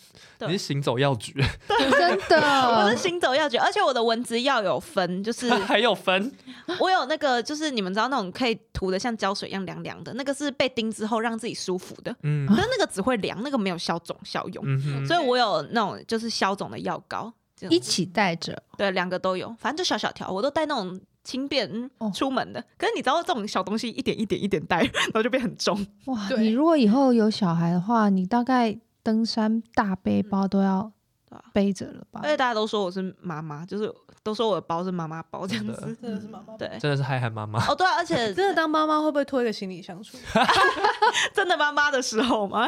Speaker 2: 嗯你是行走药局，
Speaker 1: 真
Speaker 3: 我是
Speaker 2: 嗯
Speaker 1: 的，
Speaker 3: 行走药局，而且我的蚊子药有分，就
Speaker 2: *laughs*
Speaker 3: 是 *laughs*
Speaker 2: 还有分
Speaker 3: 我有那个，就是你们知道那种可以涂的像胶水一样凉凉的，那个是被叮之后让自己舒服的，
Speaker 2: 嗯
Speaker 3: 可是那个只会凉，那个没有消肿消肿。
Speaker 2: 嗯
Speaker 3: *laughs*
Speaker 2: 哼
Speaker 3: 所以我有那种就是消肿的药膏，这样
Speaker 1: *laughs* 一起带着，
Speaker 3: 对，两个都有，反正就小小条，我都带那种轻便嗯
Speaker 1: 哦
Speaker 3: 出门的。可是你知道这种小 *laughs* 东西一点一点一点带，然后就变很重。
Speaker 1: 哇！
Speaker 4: 对
Speaker 1: 你如果以后有小孩的话，你大概登山大背包都要
Speaker 3: 对啊
Speaker 1: 背着了吧
Speaker 3: 而？且大家都说我是妈妈，就是都说我的包是妈妈包这样子。
Speaker 4: 真的是妈妈。
Speaker 3: 嗯对， *laughs*
Speaker 2: 真的是嗨嗨妈妈，
Speaker 3: 哦对啊、而且
Speaker 4: 真的当妈妈会不会拖一个行李箱出来？
Speaker 3: *laughs* 真的妈妈的时候吗？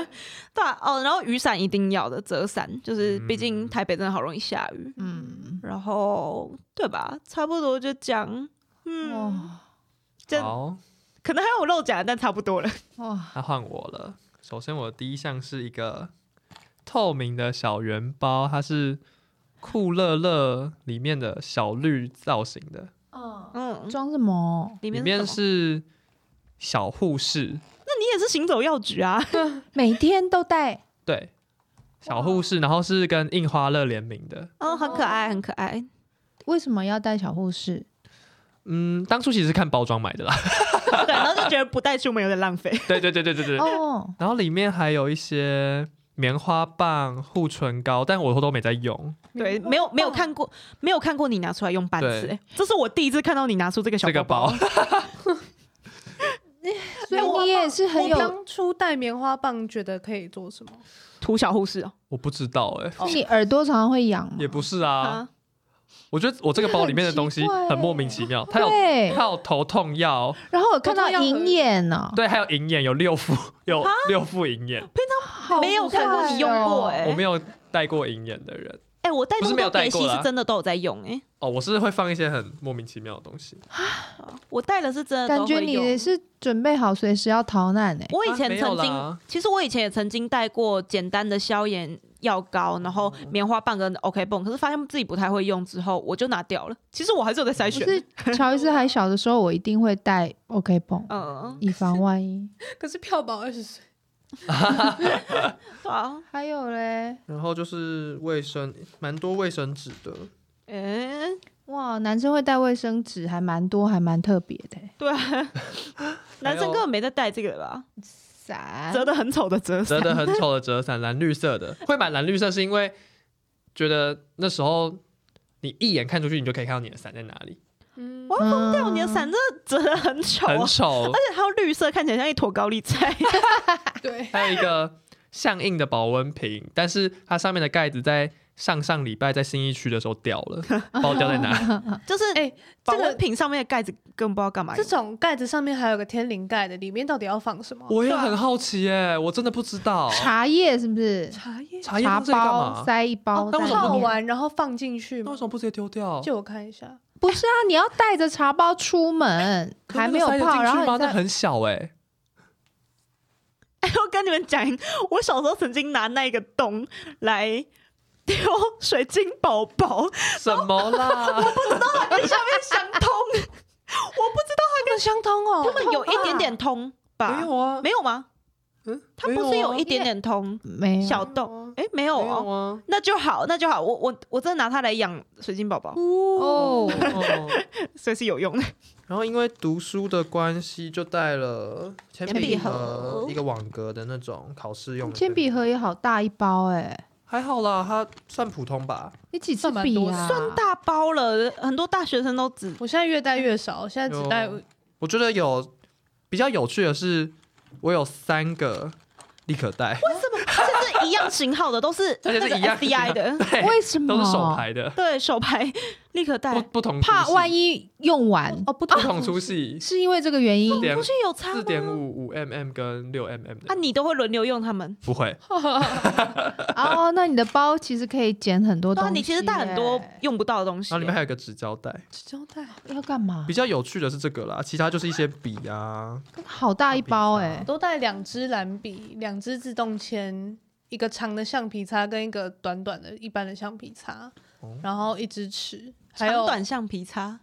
Speaker 3: 对啊、哦，然后雨伞一定要的，折伞，就是毕竟
Speaker 2: 嗯
Speaker 3: 台北真的好容易下雨。
Speaker 1: 嗯，
Speaker 3: 然后对吧？差不多就这样。嗯，
Speaker 1: 哇
Speaker 3: 这
Speaker 2: 好，
Speaker 3: 可能还有漏讲，但差不多了。
Speaker 1: 哇，
Speaker 2: 那换我了。首先，我的第一项是一个透明的小圆包，它是酷乐乐里面的小绿造型的，
Speaker 4: 嗯，
Speaker 3: 嗯，
Speaker 1: 装什么？
Speaker 3: 里
Speaker 2: 里
Speaker 3: 面
Speaker 2: 面
Speaker 3: 是什么
Speaker 2: 是小护士，
Speaker 3: 你也是行走药局啊？ *laughs*
Speaker 1: 每天都带，
Speaker 2: 对，小护士，然后是跟印花乐联名的。
Speaker 3: 嗯，很
Speaker 4: 哦
Speaker 3: 可爱，很可爱。
Speaker 1: 为什么要带小护士？
Speaker 2: 嗯，当初其实是看包装买的
Speaker 3: *laughs*
Speaker 2: 啦。
Speaker 3: 对，然后就觉得不带出门有点浪
Speaker 2: *laughs*
Speaker 3: 费。
Speaker 2: 对对对对对对。
Speaker 1: 哦，
Speaker 2: 然后里面还有一些棉花棒、护唇膏，但我都没在用。
Speaker 3: 对，没有没有看过，没有看过你拿出来用半次、
Speaker 2: 对
Speaker 3: 欸这是我第一次看到你拿出这个小
Speaker 2: 这个
Speaker 3: 包
Speaker 2: 包
Speaker 3: 包。，
Speaker 1: 所以你也是很
Speaker 4: 我
Speaker 1: 有，
Speaker 4: 当初带棉花棒，觉得可以做什么？
Speaker 3: 涂小护士哦、
Speaker 2: 我不知道哎、
Speaker 1: 是你耳朵常常会痒吗？
Speaker 2: 也不是啊。
Speaker 3: 啊，
Speaker 2: 我觉得我这个包里面的东西
Speaker 1: 很奇怪
Speaker 2: 很莫
Speaker 3: 欸
Speaker 2: 名其妙，它有
Speaker 1: 对，
Speaker 2: 它有头痛药，
Speaker 1: 然后我看到
Speaker 4: 头痛药盒
Speaker 1: 银眼呢，
Speaker 2: 对，还有银眼，有六副，有六副银眼。
Speaker 1: 好
Speaker 3: 没有看过你用过哎、
Speaker 1: 怪哦
Speaker 2: 我没有戴过银眼的人
Speaker 3: 哎、我带
Speaker 2: 不是
Speaker 3: 那么
Speaker 2: 没有
Speaker 3: 多
Speaker 2: 带
Speaker 3: 给
Speaker 2: 过
Speaker 3: 戏
Speaker 2: 啦
Speaker 3: 是真的都有在用哎、
Speaker 2: 哦，我是会放一些很莫名其妙的东西。
Speaker 3: 我带的是真的
Speaker 1: 感
Speaker 3: 都
Speaker 1: 觉
Speaker 3: 会
Speaker 1: 你
Speaker 3: 用。
Speaker 1: 也是准备好随时要逃难哎。
Speaker 3: 我以前
Speaker 2: 啊没有
Speaker 3: 曾经，
Speaker 2: 啦
Speaker 3: 其实我以前也曾经带过简单的消炎药膏，然
Speaker 2: 哦
Speaker 3: 后棉花棒跟 OK 泵，可是发现自己不太会用之后，我就拿掉了。其实我还是有在筛
Speaker 1: 不
Speaker 3: 选，
Speaker 1: 是乔伊斯还小的时候，我一定会带 OK 绷，
Speaker 2: 哦
Speaker 3: 嗯，
Speaker 1: 以防万一。
Speaker 4: 可是票保二十岁，
Speaker 3: 对啊，
Speaker 1: 还有嘞，
Speaker 2: 然后就是卫生，蛮多卫生纸的。哎
Speaker 3: 嗯、
Speaker 1: 哇，男生会带卫生纸，还蛮多，还蛮特别的。哎
Speaker 3: 对啊，男生根本没在带这个吧？
Speaker 1: 伞
Speaker 3: 折的很丑的折
Speaker 2: *laughs* 折
Speaker 3: 伞，
Speaker 2: 得很丑的折伞，蓝绿色的。会买蓝绿色是因为觉得那时候你一眼看出去，你就可以看到你的伞在哪里，
Speaker 4: 嗯，
Speaker 3: 哇
Speaker 1: 疯
Speaker 3: 掉你的伞，真的折的很丑、啊，
Speaker 2: 很丑。
Speaker 3: 而且它有绿色，看起来像一坨高丽菜。
Speaker 4: 对，
Speaker 2: 还有一个相应的保温瓶，但是它上面的盖子在上上礼拜在新一区的时候掉
Speaker 1: *laughs*
Speaker 2: 了，不知道掉在哪。
Speaker 3: 就是
Speaker 4: 哎
Speaker 3: 哎，保
Speaker 4: 这个
Speaker 3: 温瓶上面的盖子更不知道干嘛
Speaker 4: 这
Speaker 3: 用。
Speaker 4: 种盖子上面还有个天灵盖的，里面到底要放什么？
Speaker 2: 我也很好奇耶、我真的不知道。
Speaker 1: 茶叶是不是？
Speaker 4: 茶叶
Speaker 2: 哦茶叶
Speaker 1: 茶
Speaker 2: 放这里干
Speaker 1: 包
Speaker 2: 嘛？
Speaker 1: 塞一包
Speaker 2: 哦那为
Speaker 1: 在
Speaker 2: 什么
Speaker 1: 里
Speaker 4: 泡
Speaker 1: 面，
Speaker 4: 完然后放进去
Speaker 2: 那
Speaker 4: 吗
Speaker 2: 为？什么不直接丢掉？
Speaker 4: 借我看一下，
Speaker 1: 不是啊？你要带着茶包出门，
Speaker 2: *laughs* 可
Speaker 1: 还没有
Speaker 2: 那个塞得
Speaker 1: 泡，
Speaker 2: 进
Speaker 1: 然
Speaker 2: 去
Speaker 1: 后
Speaker 2: 吗？
Speaker 1: 你
Speaker 2: 那
Speaker 1: 再
Speaker 2: 很小哎、
Speaker 3: 哎，我跟你们讲，我小时候曾经拿那个洞来丢水晶宝宝，
Speaker 2: 什么
Speaker 1: *laughs*
Speaker 2: 啦？
Speaker 3: 跟下面相通，
Speaker 4: 他们相通哦，
Speaker 3: 它们有一点点通吧？
Speaker 2: 没有啊，
Speaker 3: 没有吗？
Speaker 2: 嗯，
Speaker 3: 它不是
Speaker 4: 啊
Speaker 3: 有一点点通
Speaker 1: 没有
Speaker 3: 小洞？
Speaker 4: 动
Speaker 3: 哎，没有
Speaker 2: 没有
Speaker 3: 哦。
Speaker 2: 啊？
Speaker 3: 那就好，那就好。我我我真的拿它来养水晶宝宝，
Speaker 2: *laughs*
Speaker 4: 嗯
Speaker 1: 哦。
Speaker 2: 哦
Speaker 3: 所以是有用的。
Speaker 2: 然后因为读书的关系，就带了铅
Speaker 3: 铅笔
Speaker 2: 笔
Speaker 3: 盒
Speaker 2: 盒，一个网格的那种考试用的
Speaker 1: 铅笔，盒也好大一包哎，
Speaker 2: 还好啦，它算普通吧。
Speaker 1: 你几支
Speaker 4: 算蛮
Speaker 1: 笔
Speaker 4: 多
Speaker 1: 啊？
Speaker 3: 算大包了，很多大学生都只
Speaker 4: 我现在越带越少，现在只带
Speaker 2: 有啊我觉得有比较有趣的是，我有三个立可带， *laughs*
Speaker 3: 甚至一样型号的都是
Speaker 2: 而且是一样
Speaker 3: D I 的， *laughs*
Speaker 2: 对，
Speaker 1: 为什么？
Speaker 2: 哎都是手牌的，
Speaker 3: 对手牌立刻带
Speaker 2: 不。不同
Speaker 1: 怕万
Speaker 2: 一
Speaker 1: 一用
Speaker 2: *laughs*
Speaker 1: 完
Speaker 4: 哦，不
Speaker 2: 不同粗细，
Speaker 1: 是因为这个原因
Speaker 2: 四点
Speaker 3: 不是有啊差
Speaker 2: 四
Speaker 3: 吗？
Speaker 2: 点五五 mm 跟六 mm 的，
Speaker 3: 啊，你都会轮流用它们。
Speaker 2: 不会，
Speaker 1: 哦。那你的包其实可以捡很多
Speaker 3: 对
Speaker 1: 东
Speaker 3: 啊，
Speaker 1: 西耶。
Speaker 3: 你其实带很多用不到的东西
Speaker 2: 然后里面。还有一个纸胶带。
Speaker 4: 胶带，
Speaker 1: 要干嘛
Speaker 2: 比？较有趣的是这个啦，其他就是一些笔啊，
Speaker 1: 好大一包哎
Speaker 4: 我！都带两支蓝笔，两支自动铅，一个长的橡皮擦跟一个短短的一般的橡皮擦，
Speaker 2: 哦
Speaker 4: 然后一支尺，还
Speaker 3: 长
Speaker 4: 有
Speaker 3: 短橡皮擦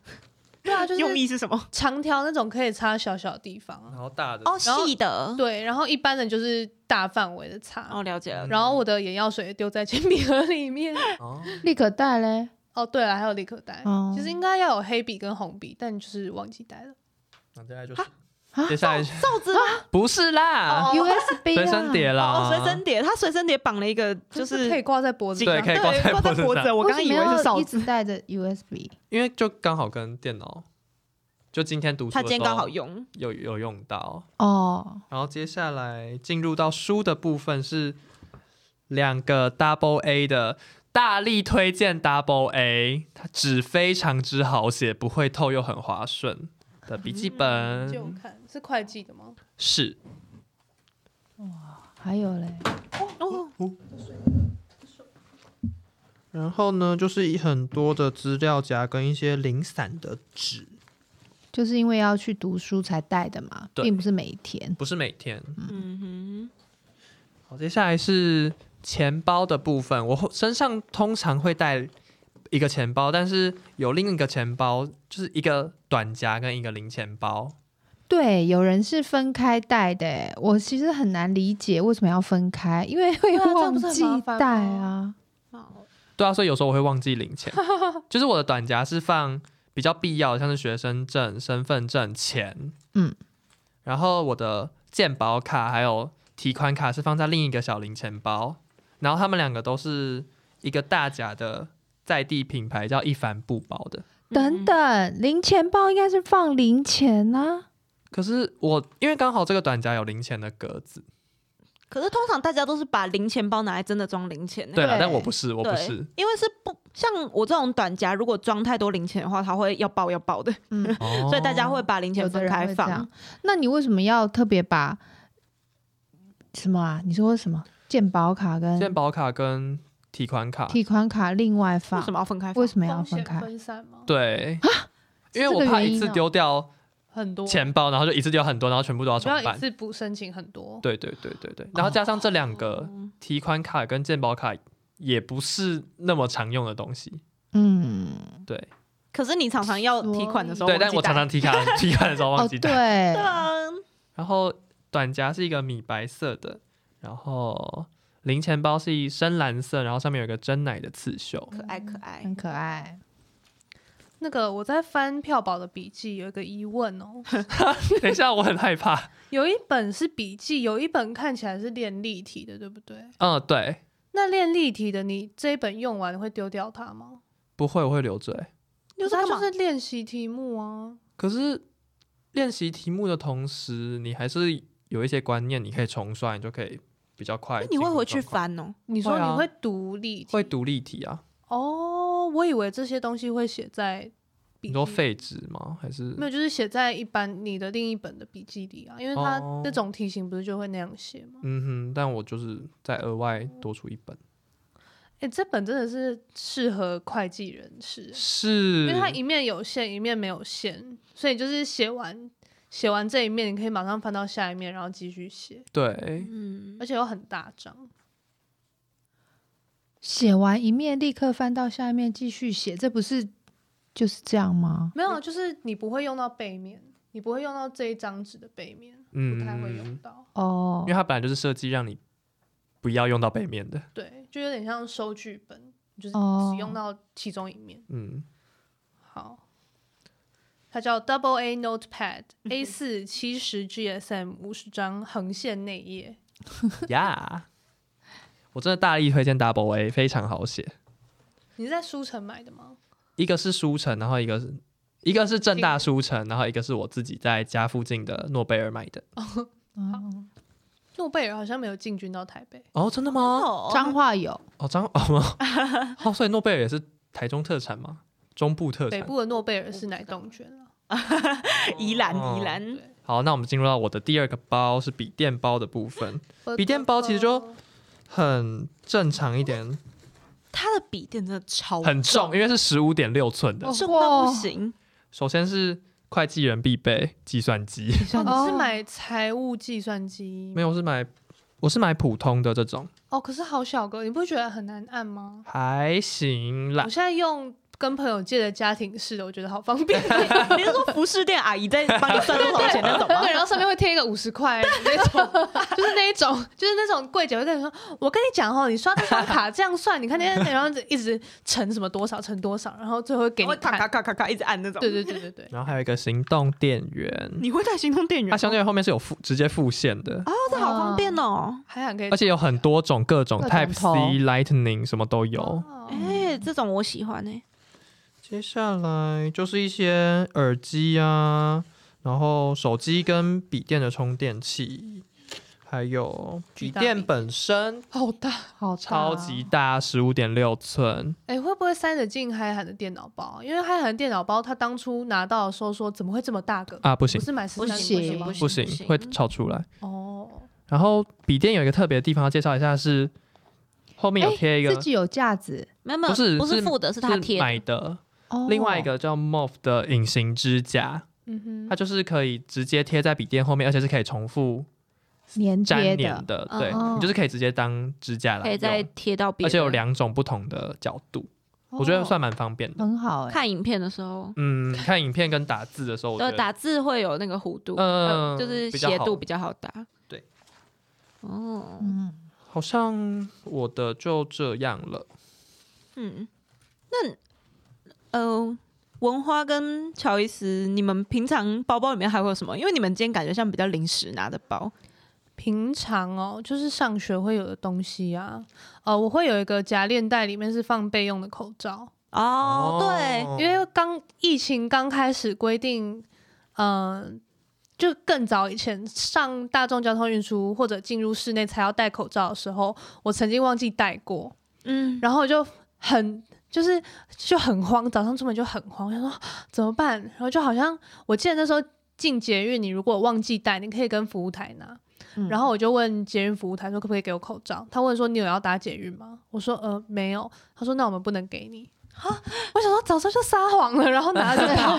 Speaker 4: 对啊，就是
Speaker 3: 用意是什么？
Speaker 4: 长条那种可以擦小小的地方
Speaker 2: 然
Speaker 4: 啊。
Speaker 2: 后大的
Speaker 3: 哦，
Speaker 4: 然后
Speaker 3: 细的。
Speaker 4: 对，然后一般的就是大范围的擦。
Speaker 3: 哦，了解了。
Speaker 4: 然后我的眼药水也丢在铅笔盒里面。
Speaker 2: 哦，
Speaker 1: 立可带嘞，
Speaker 4: 哦，对了，还有立可
Speaker 2: 哎
Speaker 4: 带，
Speaker 1: 哦
Speaker 4: 其实应该要有黑笔跟红笔，但就是忘记带了。
Speaker 2: 那接下来就
Speaker 3: 啊
Speaker 2: 是接下来就
Speaker 3: 罩子吗？
Speaker 2: 不是啦
Speaker 3: 哦，
Speaker 1: USB
Speaker 2: 随身碟啦，
Speaker 3: 哦，随身碟，它随身碟绑了一个，就
Speaker 4: 就是可以
Speaker 3: 是
Speaker 4: 挂在脖子
Speaker 2: 对
Speaker 4: 上，
Speaker 2: 可以挂在
Speaker 3: 挂在脖
Speaker 2: 脖
Speaker 3: 子
Speaker 2: 子
Speaker 3: 的。
Speaker 2: 上
Speaker 3: 我刚刚以为是
Speaker 1: 少
Speaker 3: 哨
Speaker 1: 一
Speaker 3: 子，
Speaker 1: 直带着 USB，
Speaker 2: 因为就刚好跟电脑，就今天读书
Speaker 3: 它
Speaker 2: 的
Speaker 3: 今天
Speaker 2: 时
Speaker 3: 刚好
Speaker 2: 候
Speaker 3: 用。
Speaker 2: 有有用到。
Speaker 1: 哦，
Speaker 2: 然后接下来进入到书的部分是两个 Double A 的，大力推荐 Double A，它纸非常之好写，不会透又很滑顺的笔记本。
Speaker 4: 嗯就看是会计的吗？
Speaker 2: 是，
Speaker 1: 还有嘞，
Speaker 3: 哦，
Speaker 2: 然后呢，就是以很多的资料夹跟一些零散的纸，
Speaker 1: 就是因为要去读书才带的嘛，
Speaker 2: 对
Speaker 1: 并不是每一天。
Speaker 2: 不是每天。
Speaker 3: 嗯
Speaker 2: 好，接下来是钱包的部分。我后身上通常会带一个钱包，但是有另一个钱包，就是一个短夹跟一个零钱包。
Speaker 1: 对，有人是分开带的欸，我其实很难理解为什么要分开，因为会
Speaker 4: 啊这样
Speaker 1: 忘
Speaker 4: 不是很
Speaker 1: 记
Speaker 4: 麻烦
Speaker 1: 带啊
Speaker 4: 吗。
Speaker 3: 哼，
Speaker 2: 对啊，所以有时候我会忘记
Speaker 1: *laughs*
Speaker 2: 零钱，就是我的短夹是放比较必要的，像是学生证、身份证、钱，
Speaker 1: 嗯，
Speaker 2: 然后我的健保卡还有提款卡是放在另一个小零钱包，然后他们两个都是一个大夹的在地品牌叫一帆布包的。
Speaker 3: 嗯
Speaker 1: 等等，零钱包应该是放零钱啊。
Speaker 2: 可是我因为刚好这个短夹有零钱的格子，
Speaker 3: 可是通常大家都是把零钱包拿来真的装零钱、欸，
Speaker 2: 对了，
Speaker 1: 对
Speaker 2: 但我不是，我不
Speaker 3: 对，
Speaker 2: 是
Speaker 3: 因为是不像我这种短夹，如果装太多零钱的话，它会要爆要爆的，
Speaker 1: 嗯，
Speaker 2: 哦
Speaker 3: 所以大家会把零
Speaker 1: 有
Speaker 3: 钱
Speaker 1: 的
Speaker 3: 分
Speaker 1: 人
Speaker 3: 开
Speaker 1: 会这
Speaker 3: 放
Speaker 1: 样。。那你为什么要特别把什么啊？你说什么？健保卡
Speaker 2: 健
Speaker 1: 跟
Speaker 2: 保卡跟提款卡，
Speaker 1: 提款卡另外放
Speaker 3: 为什？么要分开放？
Speaker 1: 为什么要
Speaker 4: 风
Speaker 1: 分
Speaker 4: 险
Speaker 1: 开？
Speaker 4: 分散吗？
Speaker 2: 对，因为
Speaker 1: 啊是这
Speaker 2: 我
Speaker 1: 个
Speaker 2: 怕
Speaker 1: 原
Speaker 2: 一
Speaker 1: 因
Speaker 2: 次
Speaker 1: 哦
Speaker 2: 丢掉。
Speaker 4: 很多，
Speaker 2: 钱包，然后就一次丢很多，然后全部都要
Speaker 4: 不
Speaker 2: 重
Speaker 4: 要一
Speaker 2: 办。
Speaker 4: 次不申请很多。
Speaker 2: 对对对对对，然后加上这两个
Speaker 3: 哦
Speaker 2: 提款卡跟健保卡也不是那么常用的东西，
Speaker 1: 嗯，
Speaker 2: 对
Speaker 3: 可是你常常要提款的时候
Speaker 2: 对，
Speaker 3: 忘记带，
Speaker 2: 但我常常提卡 *laughs* 提款的时候忘
Speaker 1: 哦，
Speaker 2: 记
Speaker 1: 对，
Speaker 2: 带。
Speaker 3: 对 *laughs* 啊，
Speaker 2: 然后短夹是一个米白色的，然后零钱包是一深蓝色，然后上面有一个真奶的刺
Speaker 3: *laughs*
Speaker 2: 绣。
Speaker 3: 可爱可爱
Speaker 1: 很，可爱。
Speaker 4: 那个我在翻票宝的笔记，有一个疑问哦，
Speaker 2: 等一下，我很害怕。
Speaker 4: 有一本是笔记，有一本看起来是练立体的，对不对？
Speaker 2: 嗯，对，
Speaker 4: 那练立体的，你这一本用完会丢掉它吗？
Speaker 2: 不会，我会留着欸。
Speaker 3: 又是
Speaker 4: 它
Speaker 3: 干
Speaker 4: 就
Speaker 3: 嘛
Speaker 4: 是练习题目啊。
Speaker 2: 可是练习题目的同时，你还是有一些观念，你可以重刷，你就可以比较快
Speaker 3: 那
Speaker 2: 进
Speaker 3: 你
Speaker 2: 入状
Speaker 3: 会
Speaker 2: 况。
Speaker 3: 回去翻哦？
Speaker 4: 你说
Speaker 2: 会啊
Speaker 4: 你会读立体？
Speaker 2: 会读立体啊？
Speaker 4: 哦，我以为这些东西会写在
Speaker 2: 你
Speaker 4: 笔记。
Speaker 2: 说废纸吗？还是
Speaker 4: 没有，就是写在一般你的另一本的笔记里啊，因为它
Speaker 2: 哦
Speaker 4: 那种题型不是就会那样写吗？
Speaker 2: 嗯哼，但我就是再额外多出一本，
Speaker 4: 哎、这本真的是适合会计人士，欸因
Speaker 2: 是
Speaker 4: 为它一面有线，一面没有线，所以就是写完写完这一面，你可以马上翻到下一面，然后继续写，
Speaker 2: 对，
Speaker 3: 嗯
Speaker 4: 而，且有很大张。
Speaker 1: 写完一面，立刻翻到下一面继续写，这不是就是这样吗？
Speaker 2: 嗯
Speaker 4: 没有，啊就是你不会用到背面，你不会用到这一张纸的背面，不太会用
Speaker 2: 嗯，
Speaker 4: 到。
Speaker 1: 哦
Speaker 2: 因为，它本来就是设计让你不要用到背面的，
Speaker 4: 对，就有点像收据本，就是
Speaker 1: 哦
Speaker 4: 只用到其中一面。
Speaker 2: *laughs* 嗯，
Speaker 4: 好，它叫 Double A Notepad A 四七十 GSM 五十张横线内页。
Speaker 2: 呀、我真的大力推荐 Double A，非常好写。
Speaker 4: 你是在书城买的吗？
Speaker 2: 一个是书城，然后一个是一个是正大书城，然后一个是我自己在家附近的诺贝尔买的。
Speaker 1: 嗯
Speaker 4: 诺贝尔好像没有进军到台北，
Speaker 2: 哦，真的吗？
Speaker 3: 嗯
Speaker 1: 彰化有
Speaker 2: 哦，张哦，哦，所以诺贝尔也是台中特产吗？中部特
Speaker 4: 北
Speaker 2: 产。
Speaker 4: 部的诺贝尔是奶冻卷了。
Speaker 3: 宜兰
Speaker 2: 哦
Speaker 3: 宜兰，
Speaker 4: 对，
Speaker 2: 好，那我们进入到我的第二个包是笔电包的部 *laughs* 分，笔电包其实
Speaker 4: 呃
Speaker 2: 就很正常一点，
Speaker 3: 它的笔电真的超
Speaker 2: 很重，因为是十五点六寸的
Speaker 4: 哦。
Speaker 3: 重到不行，
Speaker 2: 首先是会计人必备计算机，
Speaker 1: 计算机
Speaker 4: 哦，你是买财务计算机
Speaker 2: 没有，我是买我是买普通的这种，
Speaker 4: 哦？可是好小个，你不觉得很难按吗？
Speaker 2: 还行啦
Speaker 4: 我。现在用跟朋友借的家庭式的，我觉得好方
Speaker 2: *laughs*
Speaker 4: 便。
Speaker 3: 你是说服饰店阿姨在帮你算多少钱那种
Speaker 4: *laughs*
Speaker 3: 吗？
Speaker 4: 对，然后上面会贴一个五十块的那
Speaker 3: *laughs*
Speaker 4: 种，就是那一种，就是那种柜姐会跟你说，我跟你讲哦，你刷这张卡这样算，你看那然后一直乘什么多少乘多少，然后最后会给你
Speaker 3: 会咔咔咔
Speaker 4: 看。
Speaker 3: 咔咔一直按那种。
Speaker 4: 对对对对对，
Speaker 2: 然后还有一个行动电源，
Speaker 3: 你会带行动电源？
Speaker 2: 它相对于后面是有附直接附线的，
Speaker 3: 哦，这好方便哦。
Speaker 4: 还想可以，
Speaker 2: 而且有很多种各种
Speaker 1: 各种
Speaker 2: Type
Speaker 1: 头
Speaker 2: C、Lightning 什么都有。
Speaker 4: 哦
Speaker 3: 哎，这种我喜欢诶。
Speaker 2: 接下来就是一些耳机啊，然后手机跟笔电的充电器，还有笔
Speaker 4: 巨大笔
Speaker 2: 电
Speaker 4: 记
Speaker 2: 本身
Speaker 4: 好大。
Speaker 1: 好大
Speaker 2: 超
Speaker 1: 哦
Speaker 2: 级大，十五点六寸，
Speaker 4: 哎，会不会塞得进嗨韩的电脑包？因为嗨韩的电脑包，他当初拿到的时候说怎么会这么大个？
Speaker 2: 啊不行
Speaker 4: 不是买十
Speaker 3: 不
Speaker 4: 三
Speaker 1: 行不
Speaker 4: 个吗
Speaker 3: 行
Speaker 2: 不行
Speaker 3: 行
Speaker 2: 会炒出来。
Speaker 4: 哦，
Speaker 2: 然后笔电有一个特别的地方要介绍一下是，后面有
Speaker 1: 哎
Speaker 2: 贴一个、
Speaker 1: 自己有架子
Speaker 3: 没有没有，
Speaker 2: 不是
Speaker 3: 不
Speaker 2: 是
Speaker 3: 是付的，是他贴
Speaker 2: 是买的，
Speaker 1: 哦，
Speaker 2: 另外一个叫 Move 的隐形支架，
Speaker 4: 嗯
Speaker 2: 它
Speaker 4: 哼，
Speaker 2: 就是可以直接贴在笔电后面，而且是可以重复
Speaker 1: 粘
Speaker 2: 粘
Speaker 1: 贴
Speaker 2: 黏
Speaker 1: 的，
Speaker 2: 的，
Speaker 3: 嗯
Speaker 2: 对、
Speaker 1: 嗯
Speaker 2: 你就是可以直接当支架
Speaker 3: 可
Speaker 2: 来
Speaker 3: 以再
Speaker 2: 用，
Speaker 3: 贴到别的，
Speaker 2: 而且有两种不同的角度，
Speaker 1: 哦
Speaker 2: 我觉得算蛮方便的。
Speaker 1: 很好哎，
Speaker 3: 看影片的时候，
Speaker 2: 嗯，看影片跟打字的时候，我觉得
Speaker 3: 对，呃打字会有那个弧度，
Speaker 2: 嗯
Speaker 3: 呃就是
Speaker 2: 比较
Speaker 3: 斜
Speaker 2: 好
Speaker 3: 度比较好打。
Speaker 2: 对，
Speaker 3: 哦，
Speaker 1: 嗯，
Speaker 2: 好像我的就这样了。
Speaker 3: 嗯，那呃，文花跟乔伊斯，你们平常包包里面还会有什么？因为你们今天感觉像比较临时拿的包，
Speaker 4: 平常哦，就是上学会有的东西啊。呃，我会有一个夹链袋，里面是放备用的口罩，
Speaker 3: 哦，对，
Speaker 2: 嗯
Speaker 4: 因为刚疫情刚开始规定，嗯、就更早以前上大众交通运输或者进入室内才要戴口罩的时候，我曾经忘记戴过，
Speaker 3: 嗯，
Speaker 4: 然后我就很就是就很慌，早上出门就很慌，我想说怎么办？然后就好像我记得那时候进捷运，你如果忘记带，你可以跟服务台拿。
Speaker 1: 嗯
Speaker 4: 然后我就问捷运服务台说可不可以给我口罩？他问说你有要搭捷运吗？我说呃没有。他说那我们不能给你。啊，我想说早上就撒谎了，然后拿着跑。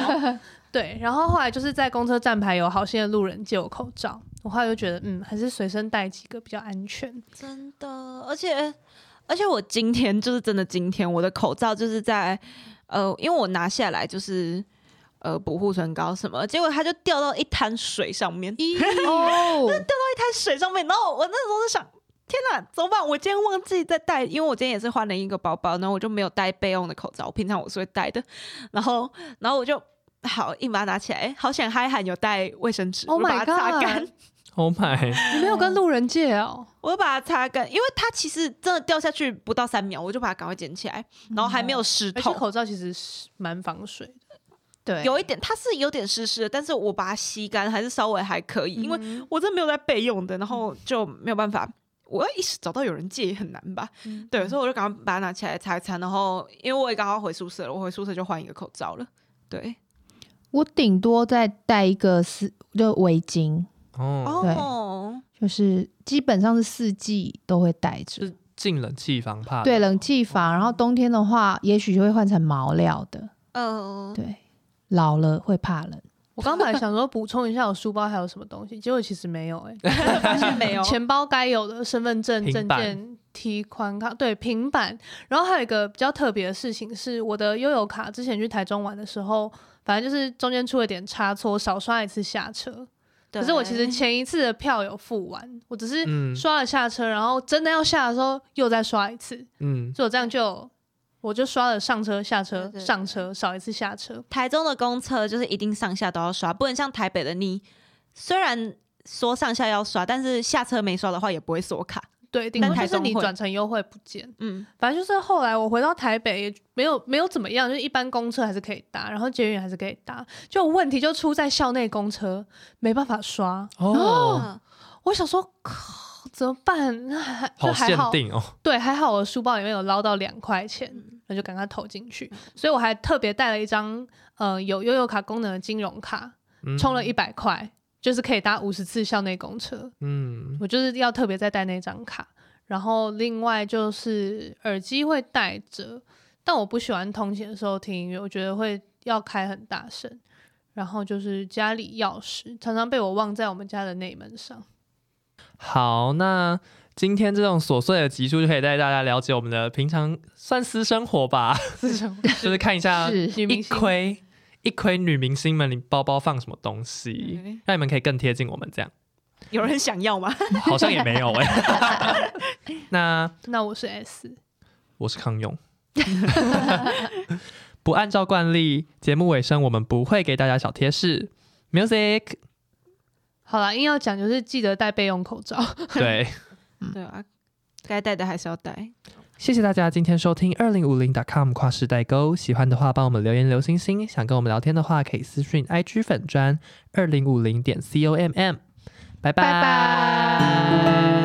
Speaker 4: 对，然后后来就是在公车站牌有好心的路人借我口罩，我后来就觉得嗯还是随身带几个比较安全。
Speaker 3: 真的，而且而且我今天就是真的今天，我的口罩就是在呃，因为我拿下来就是呃补护唇膏什么，结果它就掉到一滩水上面，一
Speaker 1: 哦，
Speaker 3: 滩水上面，然后我那时候就想。天哪，怎么办？我今天忘记再带，因为我今天也是换了一个包包，然后我就没有带备用的口罩，我平常我是会带的。 *laughs* 然后，然后我就好硬把它拿起来，好险嗨喊有带卫生纸
Speaker 4: Oh
Speaker 3: 我就把
Speaker 4: my
Speaker 3: 它擦
Speaker 4: god！
Speaker 3: 干。
Speaker 2: Oh my，
Speaker 4: 你没有跟路人借哦？
Speaker 3: 我就把它擦干，因为它其实真的掉下去不到三秒，我就把它赶快捡起来，然后还没有湿
Speaker 4: 而且
Speaker 3: 透，
Speaker 4: 口罩其实是蛮防水的，
Speaker 1: 对，
Speaker 3: 有一点它是有点湿湿的，但是我把它吸干还是稍微还可以，因为
Speaker 4: 嗯
Speaker 3: 我真的没有在备用的，然后就没有办法。我要一时找到有人借也很难吧，
Speaker 4: 嗯
Speaker 3: 对，所以我就赶快把它拿起来擦一擦，然后因为我也刚好回宿舍了，我回宿舍就换一个口罩了，对，
Speaker 1: 我顶多再带一个丝就围巾，
Speaker 2: 哦，
Speaker 3: 哦，
Speaker 1: 就是基本上是四季都会带着
Speaker 2: 就。是进冷气房怕
Speaker 1: 对，
Speaker 2: 冷，
Speaker 1: 冷气房，然后冬天的话，也许就会换成毛料的。
Speaker 3: 嗯、
Speaker 1: 对，老了会怕冷。
Speaker 4: 我刚才想说补充一下我书包还有什么东西，结果其实没有哎、
Speaker 3: 呃， *laughs* 发现 *laughs* 没有，
Speaker 4: 钱包该有的身份证、
Speaker 2: 平
Speaker 4: 证
Speaker 2: 板
Speaker 4: 件、提款卡，对，平板。然后还有一个比较特别的事情是，我的悠游卡之前去台中玩的时候，反正就是中间出了点差错，少刷一次下车。可是我其实
Speaker 3: 对
Speaker 4: 前一次的票有付完，我只是
Speaker 2: 嗯
Speaker 4: 刷了下车，然后真的要下的时候又再刷一次，
Speaker 2: 嗯，
Speaker 4: 所以我这样就我就刷了上车、下车、
Speaker 3: 对对对
Speaker 4: 上车，少一次下车。
Speaker 3: 台中的公车就是一定上下都要刷，不能像台北的你，虽然说上下要刷，但是下车没刷的话也不会锁卡。
Speaker 4: 对，顶
Speaker 3: 但
Speaker 4: 多就
Speaker 3: 台
Speaker 4: 是
Speaker 3: 中
Speaker 4: 你
Speaker 3: 会
Speaker 4: 转乘优惠不见。
Speaker 3: 嗯，
Speaker 4: 反正就是后来我回到台北，也没有没有怎么样，就是一般公车还是可以搭，然后捷运还是可以搭。就问题就出在校内公车没办法刷，
Speaker 2: 哦，
Speaker 3: 嗯
Speaker 4: 我想说靠，怎么办？那还就
Speaker 2: 好
Speaker 4: 还
Speaker 2: 限
Speaker 4: 好，
Speaker 2: 定哦，
Speaker 4: 对，还好我书包里面有捞到两块钱，那就赶快投进去。所以我还特别带了一张呃有悠游卡功能的金融卡，
Speaker 2: 嗯
Speaker 4: 充了一，百块，就是可以搭五十次校内公车。
Speaker 2: 嗯，
Speaker 4: 我就是要特别再带那张卡，然后另外就是耳机会带着，但我不喜欢通勤的时候听音乐，我觉得会要开很大声。然后就是家里钥匙常常被我忘在我们家的内门上。
Speaker 2: 好，那今天这种琐碎的集数就可以带大家了解我们的平常算私生活吧， *laughs* 就是看一下
Speaker 1: 是，
Speaker 4: 女
Speaker 2: 啊一
Speaker 4: 明星
Speaker 2: 窥一窥女明星们你包包放什么东西，
Speaker 3: 嗯
Speaker 2: 让你们可以更贴近我们，这样
Speaker 3: 有人想要吗？
Speaker 2: 好像也没有哎。那
Speaker 4: 那我是 S，
Speaker 2: 我是康永。不按照惯例，节目尾声我们不会给大家小贴士。Music，
Speaker 4: 好啦，硬要讲就是记得戴备用口罩。
Speaker 2: 对，
Speaker 3: 对啊，该带的还是要 *laughs* 带。
Speaker 2: 谢谢大家今天收听二零五零 .com 跨世代沟，喜欢的话帮我们留言留星星，想跟我们聊天的话可以私讯 IG 粉砖二零五零点 com m。
Speaker 5: 拜拜
Speaker 2: 拜拜